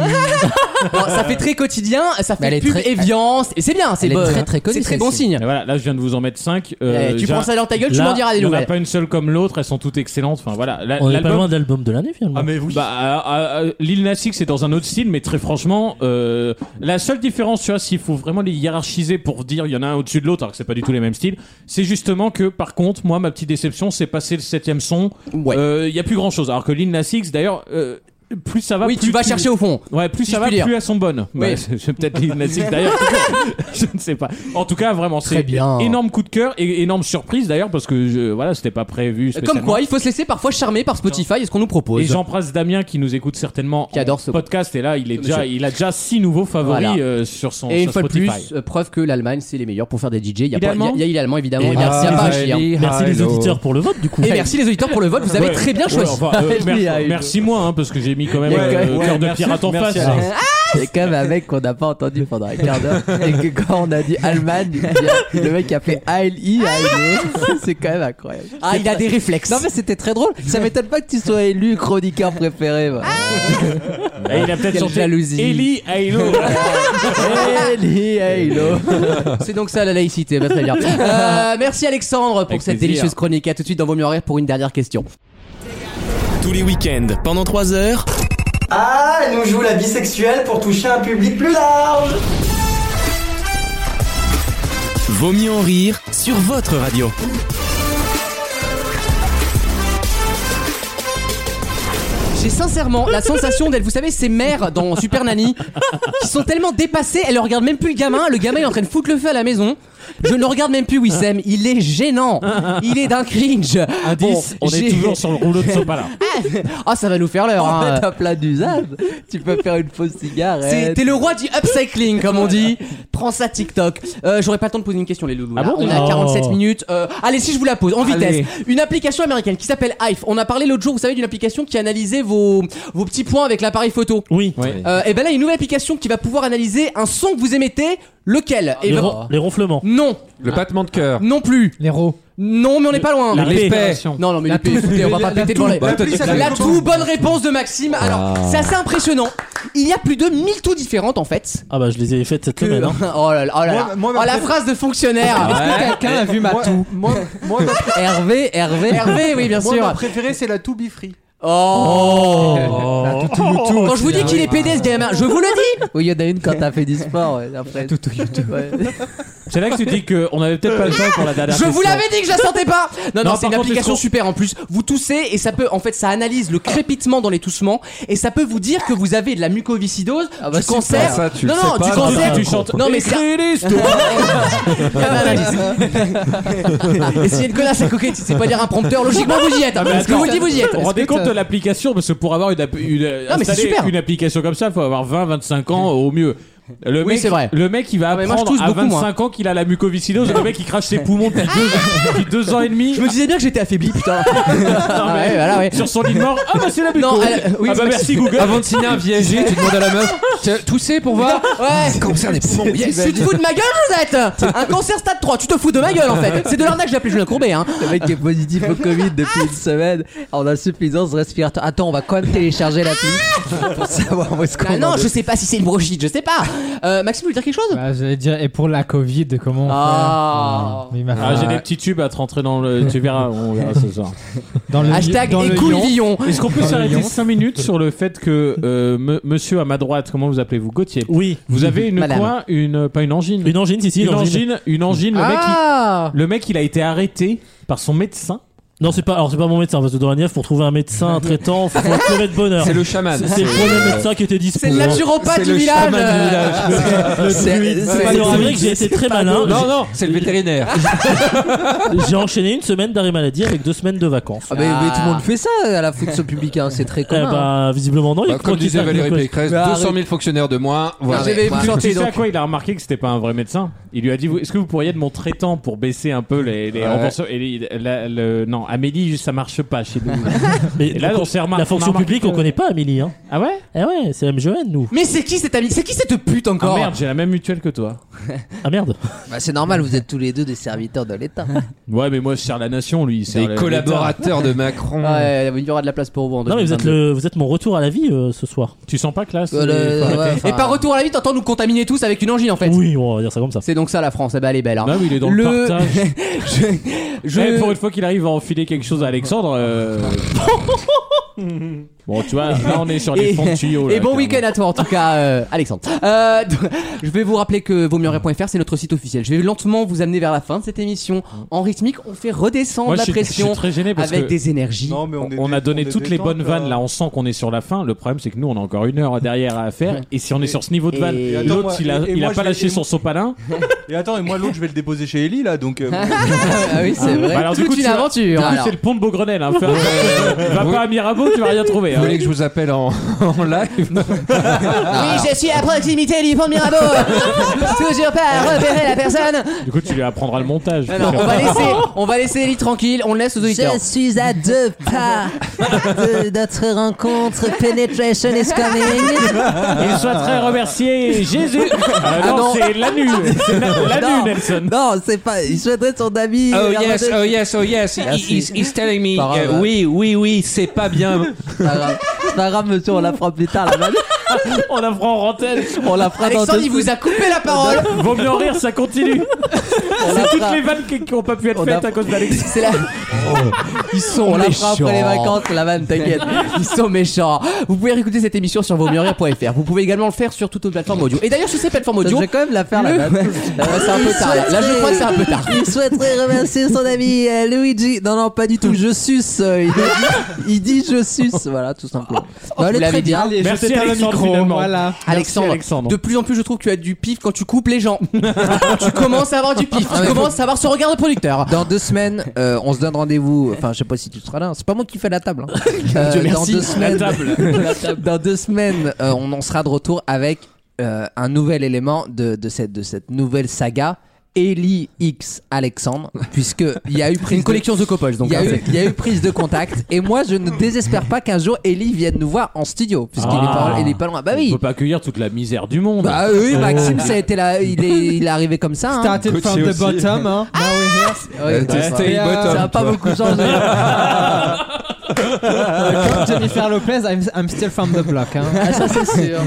Speaker 2: Bon, ça fait très quotidien, ça
Speaker 3: Mais elle
Speaker 2: fait
Speaker 3: est
Speaker 2: pub
Speaker 3: très-
Speaker 2: Eviance, et c'est bien, c'est
Speaker 3: Elle est
Speaker 2: bon.
Speaker 3: très, très
Speaker 2: C'est très bon signe.
Speaker 3: Et voilà, là, je viens de vous en mettre Euh, 5.
Speaker 2: Eh, tu prends ça dans ta gueule, tu m'en diras des
Speaker 3: Il n'y en
Speaker 2: nouvelles.
Speaker 3: a pas une seule comme l'autre, elles sont toutes excellentes. Enfin, voilà. La-
Speaker 4: On est pas
Speaker 3: l'album-
Speaker 4: loin de l'album de l'année finalement.
Speaker 3: Ah mais oui. Bah, euh, euh, Lil Nas X est dans un autre style, mais très franchement, euh, la seule différence, tu vois, s'il faut vraiment les hiérarchiser pour dire il y en a un au-dessus de l'autre, alors que c'est pas du tout les mêmes styles, c'est justement que par contre, moi, ma petite déception, c'est passer le septième son. Euh, Il y a plus grand chose. Alors que Lil Nas X, d'ailleurs. euh, plus ça va,
Speaker 2: Oui,
Speaker 3: plus
Speaker 2: tu vas chercher au fond.
Speaker 3: Ouais, plus
Speaker 2: Si
Speaker 3: ça
Speaker 2: je
Speaker 3: va,
Speaker 2: puis dire.
Speaker 3: plus elles sont bonnes.
Speaker 2: Oui.
Speaker 3: Bah, c'est c'est peut-être Lil Nas X d'ailleurs. je ne sais pas. En tout cas, vraiment,
Speaker 2: Très
Speaker 3: c'est
Speaker 2: bien.
Speaker 3: énorme coup de cœur et énorme surprise d'ailleurs parce que je, voilà, c'était pas prévu.
Speaker 2: Comme
Speaker 3: spécialement.
Speaker 2: quoi, il faut se laisser parfois charmer par Spotify et ce qu'on nous propose.
Speaker 3: Et j'embrasse Damien qui nous écoute certainement qui adore ce podcast. Et là, il, est déjà,
Speaker 2: monsieur.
Speaker 3: il a déjà six nouveaux favoris
Speaker 2: Voilà.
Speaker 3: euh, sur son
Speaker 2: Et une
Speaker 3: sur
Speaker 2: fois de plus,
Speaker 3: Spotify.
Speaker 2: euh, preuve que l'Allemagne, c'est les meilleurs pour faire des DJ. Il y a
Speaker 3: Il
Speaker 2: pas-
Speaker 3: est
Speaker 2: il y a-
Speaker 3: allemand
Speaker 2: il y a il est allemand, évidemment.
Speaker 3: Et bah,
Speaker 2: merci à
Speaker 3: merci
Speaker 2: pas
Speaker 3: les-
Speaker 2: agir.
Speaker 4: Merci les auditeurs pour le vote du coup.
Speaker 2: Et merci les auditeurs pour le vote, vous avez
Speaker 3: Ouais.
Speaker 2: très bien
Speaker 3: Ouais,
Speaker 2: choisi.
Speaker 3: enfin, euh, merci, merci moi, hein, parce que j'ai mis quand même
Speaker 5: Il y a
Speaker 3: euh,
Speaker 5: quand même-
Speaker 3: cœur
Speaker 5: ouais,
Speaker 3: de
Speaker 5: merci,
Speaker 3: pirate en face.
Speaker 5: merci, Alex. C'est quand même un mec qu'on n'a pas entendu pendant un quart d'heure. Et que quand on a dit Allemagne, il y a- le mec a fait ALI, ALE. C'est quand même incroyable.
Speaker 2: Ah, il a des réflexes.
Speaker 5: Non, mais c'était très drôle. Ça m'étonne pas que tu sois élu chroniqueur préféré. moi.
Speaker 2: Ah,
Speaker 3: Et il a peut-être
Speaker 5: Quelle
Speaker 3: chanté
Speaker 5: jalousie.
Speaker 3: Ellie Ailo.
Speaker 5: Eli, Ailo.
Speaker 2: C'est donc ça la laïcité, bah, très bien. Euh, merci Alexandre pour
Speaker 1: Avec
Speaker 2: cette
Speaker 1: plaisir.
Speaker 2: délicieuse chronique. À tout de suite dans Vos Mieux en Rire pour une dernière question.
Speaker 1: Tous les week-ends, pendant 3 heures.
Speaker 15: Ah, elle nous joue la bisexuelle pour toucher un public plus large.
Speaker 1: Vaut mieux en rire sur votre radio.
Speaker 2: J'ai sincèrement la sensation d'être, vous savez, ces mères dans Super Nanny qui sont tellement dépassées, elles ne regardent même plus le gamin. Le gamin, il est en train de foutre le feu à la maison. Je ne regarde même plus Wissem. Il est gênant. Il est d'un cringe.
Speaker 3: Indice, on est
Speaker 2: j'ai-
Speaker 3: toujours sur le rouleau de Sopalin.
Speaker 2: Ah, ça va nous faire l'heure.
Speaker 5: En
Speaker 2: hein.
Speaker 5: fait, t'as plein d'usages. Tu peux faire une fausse cigarette.
Speaker 2: C'est- T'es le roi du upcycling, comme on dit. Prends ça TikTok. Euh, J'aurais pas le temps de poser une question, les loulous.
Speaker 5: Ah
Speaker 2: là.
Speaker 5: bon
Speaker 2: on est à
Speaker 5: Oh.
Speaker 2: 47 minutes. Euh, allez, si je vous la pose, en vitesse.
Speaker 5: Allez.
Speaker 2: Une application américaine qui s'appelle Hive. On a parlé l'autre jour, vous savez, d'une application qui analysait vos, vos petits points avec l'appareil photo.
Speaker 4: Oui.
Speaker 2: et ben là, une nouvelle application qui va pouvoir analyser un son que vous émettez, lequel Et
Speaker 4: les,
Speaker 2: ben-
Speaker 4: ron- les ronflements.
Speaker 2: Non.
Speaker 11: Le battement de cœur.
Speaker 2: Non plus.
Speaker 6: Les rots.
Speaker 2: Non, mais on n'est pas loin.
Speaker 11: La Le respect. respiration.
Speaker 2: Non, non, mais
Speaker 11: La
Speaker 2: les paix,
Speaker 11: toux.
Speaker 2: écoutez, on va
Speaker 11: La-
Speaker 2: pas
Speaker 11: la
Speaker 2: péter
Speaker 11: toux.
Speaker 2: devant les.
Speaker 11: Bah, t'as- t'as-
Speaker 2: La tout bonne réponse de Maxime. Alors,
Speaker 4: Ah.
Speaker 2: c'est assez impressionnant. Il y a plus de 1000 tout différentes en fait.
Speaker 4: Ah bah je les ai faites cette semaine. hein.
Speaker 2: Oh là là, oh là là.
Speaker 4: Moi- moi, ma
Speaker 2: Oh, la
Speaker 4: préf-
Speaker 2: phrase de fonctionnaire.
Speaker 4: Est-ce que Ouais. quelqu'un a vu ma Moi- toux
Speaker 2: moi,
Speaker 5: Hervé, Hervé.
Speaker 2: Hervé, oui, bien
Speaker 10: Moi,
Speaker 2: sûr.
Speaker 10: ma préférée, c'est la To Be Free.
Speaker 2: Oh.
Speaker 5: toutou.
Speaker 2: Quand je vous
Speaker 4: hein.
Speaker 2: dis qu'il est PD ce gamin, je vous le dis.
Speaker 5: Oui, il y en a une quand t'as fait du sport. ouais, après. Tout,
Speaker 3: C'est là que tu dis qu'on avait peut-être pas le temps pour la dernière
Speaker 2: Je vous
Speaker 3: question.
Speaker 2: l'avais dit que je la sentais pas. Non, non,
Speaker 3: Non,
Speaker 2: c'est une
Speaker 3: par contre,
Speaker 2: application
Speaker 3: les sons-
Speaker 2: super en plus. Vous toussez et ça peut, en fait, ça analyse le crépitement dans les toussements et ça peut vous dire que vous avez de la mucoviscidose,
Speaker 5: bah,
Speaker 2: du
Speaker 5: super.
Speaker 2: cancer.
Speaker 5: Ça, tu le
Speaker 2: non,
Speaker 5: sais
Speaker 2: non,
Speaker 5: pas,
Speaker 2: du
Speaker 5: non,
Speaker 3: Ah,
Speaker 2: cancer.
Speaker 5: tu chantes.
Speaker 2: Non, mais
Speaker 5: Écris
Speaker 2: c'est. et si une connasse à coquette, c'est pas dire un prompteur, logiquement vous y êtes. hein.
Speaker 3: Mais
Speaker 2: Parce que
Speaker 3: attends,
Speaker 2: vous le dites, vous y êtes.
Speaker 3: Vous vous rendez compte de l'application Parce que pour avoir une, app- une, euh,
Speaker 2: euh, Non, mais c'est
Speaker 3: installer
Speaker 2: super.
Speaker 3: une application comme ça, il faut avoir 20-25 ans au mieux. Le
Speaker 2: Oui,
Speaker 3: mec,
Speaker 2: c'est vrai. Ah,
Speaker 3: Le mec, il va
Speaker 2: mais moi, je
Speaker 3: apprendre
Speaker 2: tousse
Speaker 3: à
Speaker 2: beaucoup, moi.
Speaker 3: 25 ans qu'il a la mucoviscidose. le mec, il crache ses poumons depuis deux, depuis deux ans et demi.
Speaker 2: Je me disais bien que j'étais affaibli, putain.
Speaker 3: Non, mais
Speaker 2: Ah Ouais, voilà, ouais.
Speaker 3: Sur son lit de mort. Ah bah c'est la muco.
Speaker 2: Non, elle- euh, oui,
Speaker 3: ah bah
Speaker 2: c'est-
Speaker 3: merci Google.
Speaker 11: Avant de signer un viager, tu demandes à la meuf Tiens, tousser pour voir
Speaker 5: Ah,
Speaker 2: Ouais.
Speaker 11: Cancer des poumons, yes
Speaker 2: Tu te fous de ma gueule, Josette Un cancer stade 3, tu te fous de ma gueule en fait C'est de l'arnaque, j'ai appelé Julien Courbet. Hein.
Speaker 5: Le mec qui est positif au Covid depuis une semaine en insuffisance respiratoire. Attends, on va quand même télécharger l'appli pour savoir où est-ce qu'on
Speaker 2: Ah
Speaker 5: en
Speaker 2: non,
Speaker 5: est.
Speaker 2: je sais pas si c'est une brochite, je sais pas. Euh, Maxime, vous voulez dire quelque chose
Speaker 6: Bah, j'allais dire, et pour la Covid, comment on
Speaker 2: Ah.
Speaker 6: fait Mais il m'a fait-
Speaker 3: Ah, j'ai des petits tubes à te rentrer dans le. Tu verras, on verra ce soir.
Speaker 6: Dans le
Speaker 2: Hashtag
Speaker 6: dans le
Speaker 2: écoute
Speaker 6: lion.
Speaker 2: Lyon.
Speaker 3: Est-ce qu'on peut
Speaker 6: Dans le
Speaker 3: s'arrêter
Speaker 6: lion.
Speaker 3: 5 minutes sur le fait que euh, me- monsieur à ma droite, comment vous appelez-vous Gauthier
Speaker 4: Oui.
Speaker 3: Vous avez une
Speaker 4: Madame.
Speaker 3: quoi Une pas une angine.
Speaker 4: Une angine, si, si,
Speaker 3: une
Speaker 4: une
Speaker 3: angine,
Speaker 4: angine.
Speaker 3: une angine, le mec il-
Speaker 2: Ah
Speaker 3: Le mec, il a été arrêté par son médecin.
Speaker 4: Non, c'est pas, alors c'est pas mon médecin, parce que dans la Nièvre, pour trouver un médecin traitant, faut un pleurer de bonheur.
Speaker 11: C'est le chaman.
Speaker 4: C'est le
Speaker 11: C'est-
Speaker 4: premier médecin qui était dispo.
Speaker 2: C'est le
Speaker 4: hein.
Speaker 2: naturopathe
Speaker 11: C'est
Speaker 2: du
Speaker 11: le
Speaker 2: village.
Speaker 11: chaman du
Speaker 2: euh.
Speaker 4: Le
Speaker 11: C'est-
Speaker 4: druide.
Speaker 11: c'est-
Speaker 4: C'est pas
Speaker 11: c'est-
Speaker 4: grave, c'est vrai que j'ai été très malin.
Speaker 11: Non, non, c'est le vétérinaire.
Speaker 4: J'ai enchaîné une semaine d'arrêt maladie avec deux semaines de vacances.
Speaker 5: Ah, mais, mais tout le monde fait ça à la fonction publique, hein, c'est très
Speaker 4: Eh
Speaker 5: commun.
Speaker 3: ben.
Speaker 5: hein.
Speaker 4: bah, visiblement, non. il y a
Speaker 11: Bah,
Speaker 4: que
Speaker 11: Comme
Speaker 4: des
Speaker 11: disait
Speaker 4: gens qui
Speaker 11: Valérie
Speaker 4: le
Speaker 11: Pécresse,
Speaker 10: Bah,
Speaker 4: connaissent.
Speaker 11: 200 000 fonctionnaires de moins. Voilà.
Speaker 2: J'avais
Speaker 11: Voilà.
Speaker 2: sorti
Speaker 3: Tu sais
Speaker 2: donc.
Speaker 3: à quoi il a remarqué que c'était pas un vrai médecin Il lui a dit vous- Est-ce que vous pourriez être mon traitant pour baisser un peu les, les
Speaker 11: Ouais.
Speaker 3: remboursements Et il- la- le- Non, Amélie, ça marche pas chez nous.
Speaker 4: Mais
Speaker 3: Et là,
Speaker 4: donc,
Speaker 3: on s'est remar-
Speaker 4: La
Speaker 3: on a
Speaker 4: fonction
Speaker 3: remarqué
Speaker 4: publique,
Speaker 3: que-
Speaker 4: on connaît pas Amélie. Hein.
Speaker 3: Ah ouais
Speaker 4: Eh ouais, c'est MGN, nous.
Speaker 2: Mais c'est qui cette amie C'est qui cette pute encore
Speaker 3: Ah merde, j'ai la même mutuelle que toi.
Speaker 4: ah merde.
Speaker 5: Bah, c'est normal, vous êtes tous les deux des serviteurs de l'État.
Speaker 3: Ouais, mais moi je sers la nation, lui. il sert
Speaker 11: Des
Speaker 3: la-
Speaker 11: collaborateurs de Macron.
Speaker 2: Ouais, il y aura de la place pour vous en
Speaker 4: Non, mais vous êtes,
Speaker 2: 2022.
Speaker 4: le, vous êtes mon retour à la vie euh, ce soir.
Speaker 3: Tu sens pas que là,
Speaker 2: Euh, le- ouais, enfin- Et par retour à la vie, t'entends nous contaminer tous avec une angine en fait.
Speaker 4: Oui, on va dire ça comme ça.
Speaker 2: C'est donc ça la France. Eh ben, elle est belle. hein.
Speaker 3: Ah oui, il est dans le, partage.
Speaker 2: je-
Speaker 3: Eh, pour une fois qu'il arrive à enfiler quelque chose à Alexandre. euh, bon, tu vois, là on est sur les
Speaker 2: Et-
Speaker 3: fonds de tuyaux. là,
Speaker 2: Et bon
Speaker 3: clairement.
Speaker 2: week-end à toi en tout cas, euh, Alexandre. Euh, je vais vous rappeler que vaumieuxenrire.fr c'est notre site officiel. Je vais lentement vous amener vers la fin de cette émission. En rythmique, on fait redescendre
Speaker 3: Mmh. Moi,
Speaker 2: la
Speaker 3: je suis- je suis
Speaker 2: pression
Speaker 3: très gêné parce
Speaker 2: avec
Speaker 3: que-
Speaker 2: des énergies.
Speaker 3: On, on a donné toutes les bonnes
Speaker 10: euh.
Speaker 3: vannes là, on sent qu'on est sur la fin. Le problème, c'est que nous, on a encore une heure derrière à faire. Et si on est sur ce niveau de
Speaker 2: Et-
Speaker 3: vanne,
Speaker 2: Et
Speaker 10: attends,
Speaker 3: l'autre,
Speaker 10: moi-
Speaker 3: il a,
Speaker 10: et- et
Speaker 3: il a
Speaker 10: moi,
Speaker 3: pas
Speaker 10: je vais-
Speaker 3: lâché son sopalin.
Speaker 10: Et attends, et moi l'autre, je vais le déposer chez Ellie là, donc. euh, bon.
Speaker 2: Ah oui, c'est vrai.
Speaker 3: Bah alors, du
Speaker 2: Toute
Speaker 3: coup,
Speaker 2: une
Speaker 3: tu vas-
Speaker 2: aventure.
Speaker 3: du coup,
Speaker 2: alors.
Speaker 3: c'est le pont de Beaugrenelle. Hein. Fais attention. Va pas à Mirabeau, tu vas rien trouver. hein.
Speaker 11: Vous voulez que je vous appelle en, en live
Speaker 2: Oui, je suis à proximité du pont de Mirabeau. Toujours pas repérer la personne.
Speaker 3: Du coup, tu lui apprendras le montage.
Speaker 2: Non, non, on va laisser, on va laisser Ellie tranquille. On le laisse aux auditeurs.
Speaker 5: Je suis à deux pas de notre rencontre. Penetration is coming.
Speaker 3: Il soit très remercié, Jésus. Euh,
Speaker 5: Ah
Speaker 3: non,
Speaker 5: non.
Speaker 3: c'est l'anu. C'est la- l'anu,
Speaker 5: Non.
Speaker 3: Nelson.
Speaker 5: Non, c'est pas. Il souhaiterait son ami.
Speaker 11: Oh
Speaker 5: euh,
Speaker 11: yes,
Speaker 5: Arnaud.
Speaker 11: oh yes, oh yes. He-
Speaker 5: Merci.
Speaker 11: He's, he's telling me.
Speaker 5: Par
Speaker 11: euh,
Speaker 2: hein.
Speaker 5: là.
Speaker 11: oui, oui, oui, c'est pas bien.
Speaker 5: C'est pas grave. C'est pas grave, monsieur, on la fera plus tard. La vanne.
Speaker 3: On la prend en rentelle.
Speaker 5: on la fera dans
Speaker 2: Alexandre,
Speaker 5: deux
Speaker 2: il vous a coupé la parole.
Speaker 3: Vaut mieux en rire, ça continue. C'est toutes les vannes qui n'ont pas pu être
Speaker 5: On
Speaker 3: faites
Speaker 5: a-
Speaker 3: à cause d'Alex.
Speaker 2: C'est la...
Speaker 5: Oh,
Speaker 2: Ils sont
Speaker 5: On la
Speaker 2: méchants.
Speaker 5: fera après les vacances, la vanne, t'inquiète.
Speaker 2: Ils sont méchants. Vous pouvez réécouter cette émission sur vosmieuxrire.fr. Vous pouvez également le faire sur toute autre plateforme audio. Et d'ailleurs, sur ces plateformes
Speaker 5: Je
Speaker 2: audio,
Speaker 5: vais quand même la faire,
Speaker 2: Le-
Speaker 5: la vanne.
Speaker 2: Ouais, c'est un peu tard. Là, Là, je crois que c'est un peu tard.
Speaker 5: Il souhaiterait remercier son ami euh, Luigi. Non, non, pas du tout. Je suce. euh, il, dit, il dit je suce. Voilà, tout simplement. Non, elle est
Speaker 2: Oh, vous l'avez
Speaker 5: très
Speaker 2: dit.
Speaker 5: bien.
Speaker 2: Allez,
Speaker 3: Merci
Speaker 2: t'éteins le
Speaker 3: Alexandre,
Speaker 2: micro.
Speaker 3: finalement.
Speaker 2: Voilà.
Speaker 3: Merci,
Speaker 2: Alexandre,
Speaker 3: Alexandre.
Speaker 2: de plus en plus, je trouve que tu as du pif quand tu coupes les gens. tu commences à avoir du pif.
Speaker 5: Ah,
Speaker 2: Tu
Speaker 5: mais
Speaker 2: commences à avoir ce regard de producteur.
Speaker 5: Dans deux semaines, euh, on se donne rendez-vous. Enfin, je sais pas si tu seras là. C'est pas moi qui fais la table. hein. Euh,
Speaker 2: Dieu merci.
Speaker 5: Dans deux semaines,
Speaker 3: La table.
Speaker 5: dans deux semaines euh, on en sera de retour avec euh, un nouvel élément de, de cette, de cette nouvelle saga. Eli X Alexandre, puisque il y a eu prise
Speaker 2: Une collection The Couples,
Speaker 5: de,
Speaker 2: donc.
Speaker 5: il y, a
Speaker 2: hein,
Speaker 5: eu,
Speaker 2: c'est-
Speaker 5: il y a eu prise de contact et moi je ne désespère pas qu'un jour Eli vienne nous voir en studio puisqu'il est,
Speaker 3: Ah.
Speaker 5: pas- il est pas loin. Bah
Speaker 3: On
Speaker 5: oui,
Speaker 3: peut pas accueillir toute la misère du monde.
Speaker 5: bah oui,
Speaker 11: Oh.
Speaker 5: Maxime ça a été là, il est, il est arrivé comme ça. hein. Ah,
Speaker 6: Started from the bottom, hein. Now we're here.
Speaker 5: Ouais,
Speaker 11: Euh,
Speaker 5: ça-
Speaker 11: stay
Speaker 5: ça
Speaker 11: bottom,
Speaker 5: a pas
Speaker 11: toi.
Speaker 5: beaucoup changé.
Speaker 6: Comme Jennifer Lopez, I'm, I'm still from the block. Hein.
Speaker 5: Ah, ça c'est sûr.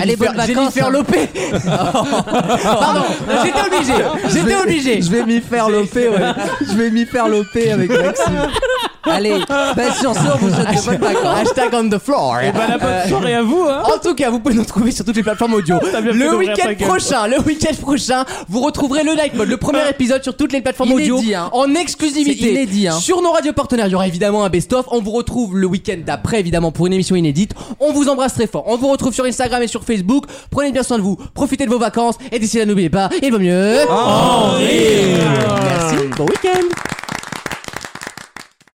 Speaker 5: Allez, bonnes vacances.
Speaker 2: Jennifer
Speaker 5: hein.
Speaker 2: Lopé. Pardon, j'étais obligé.
Speaker 5: Je vais-
Speaker 2: J'étais obligé.
Speaker 5: Je vais m'y faire loper, ouais. Je vais m'y faire loper avec Maxime. Allez, bah, sur ce, on vous souhaite de bonnes vacances.
Speaker 2: Hashtag on the floor.
Speaker 3: Bah, la bonne
Speaker 2: Euh,
Speaker 3: soirée à vous, hein. Ah,
Speaker 2: En tout cas, vous pouvez nous retrouver sur toutes les plateformes audio.
Speaker 3: T'as bien fait
Speaker 2: Le
Speaker 3: d'ouvrir
Speaker 2: week-end
Speaker 3: ta gueule.
Speaker 2: prochain, le week-end prochain, vous retrouverez le Night Mode, le premier épisode sur toutes les plateformes
Speaker 5: Ah. Inédit,
Speaker 2: audio
Speaker 5: hein.
Speaker 2: en exclusivité.
Speaker 5: C'est inédit, hein.
Speaker 2: Sur nos radios partenaires, il y aura évidemment un best-of. On vous retrouve le week-end d'après, évidemment, pour une émission inédite. On vous embrasse très fort. On vous retrouve sur Instagram et sur Facebook. Prenez bien soin de vous, profitez de vos vacances et d'ici là, n'oubliez pas, il vaut mieux. Merci, bon week-end.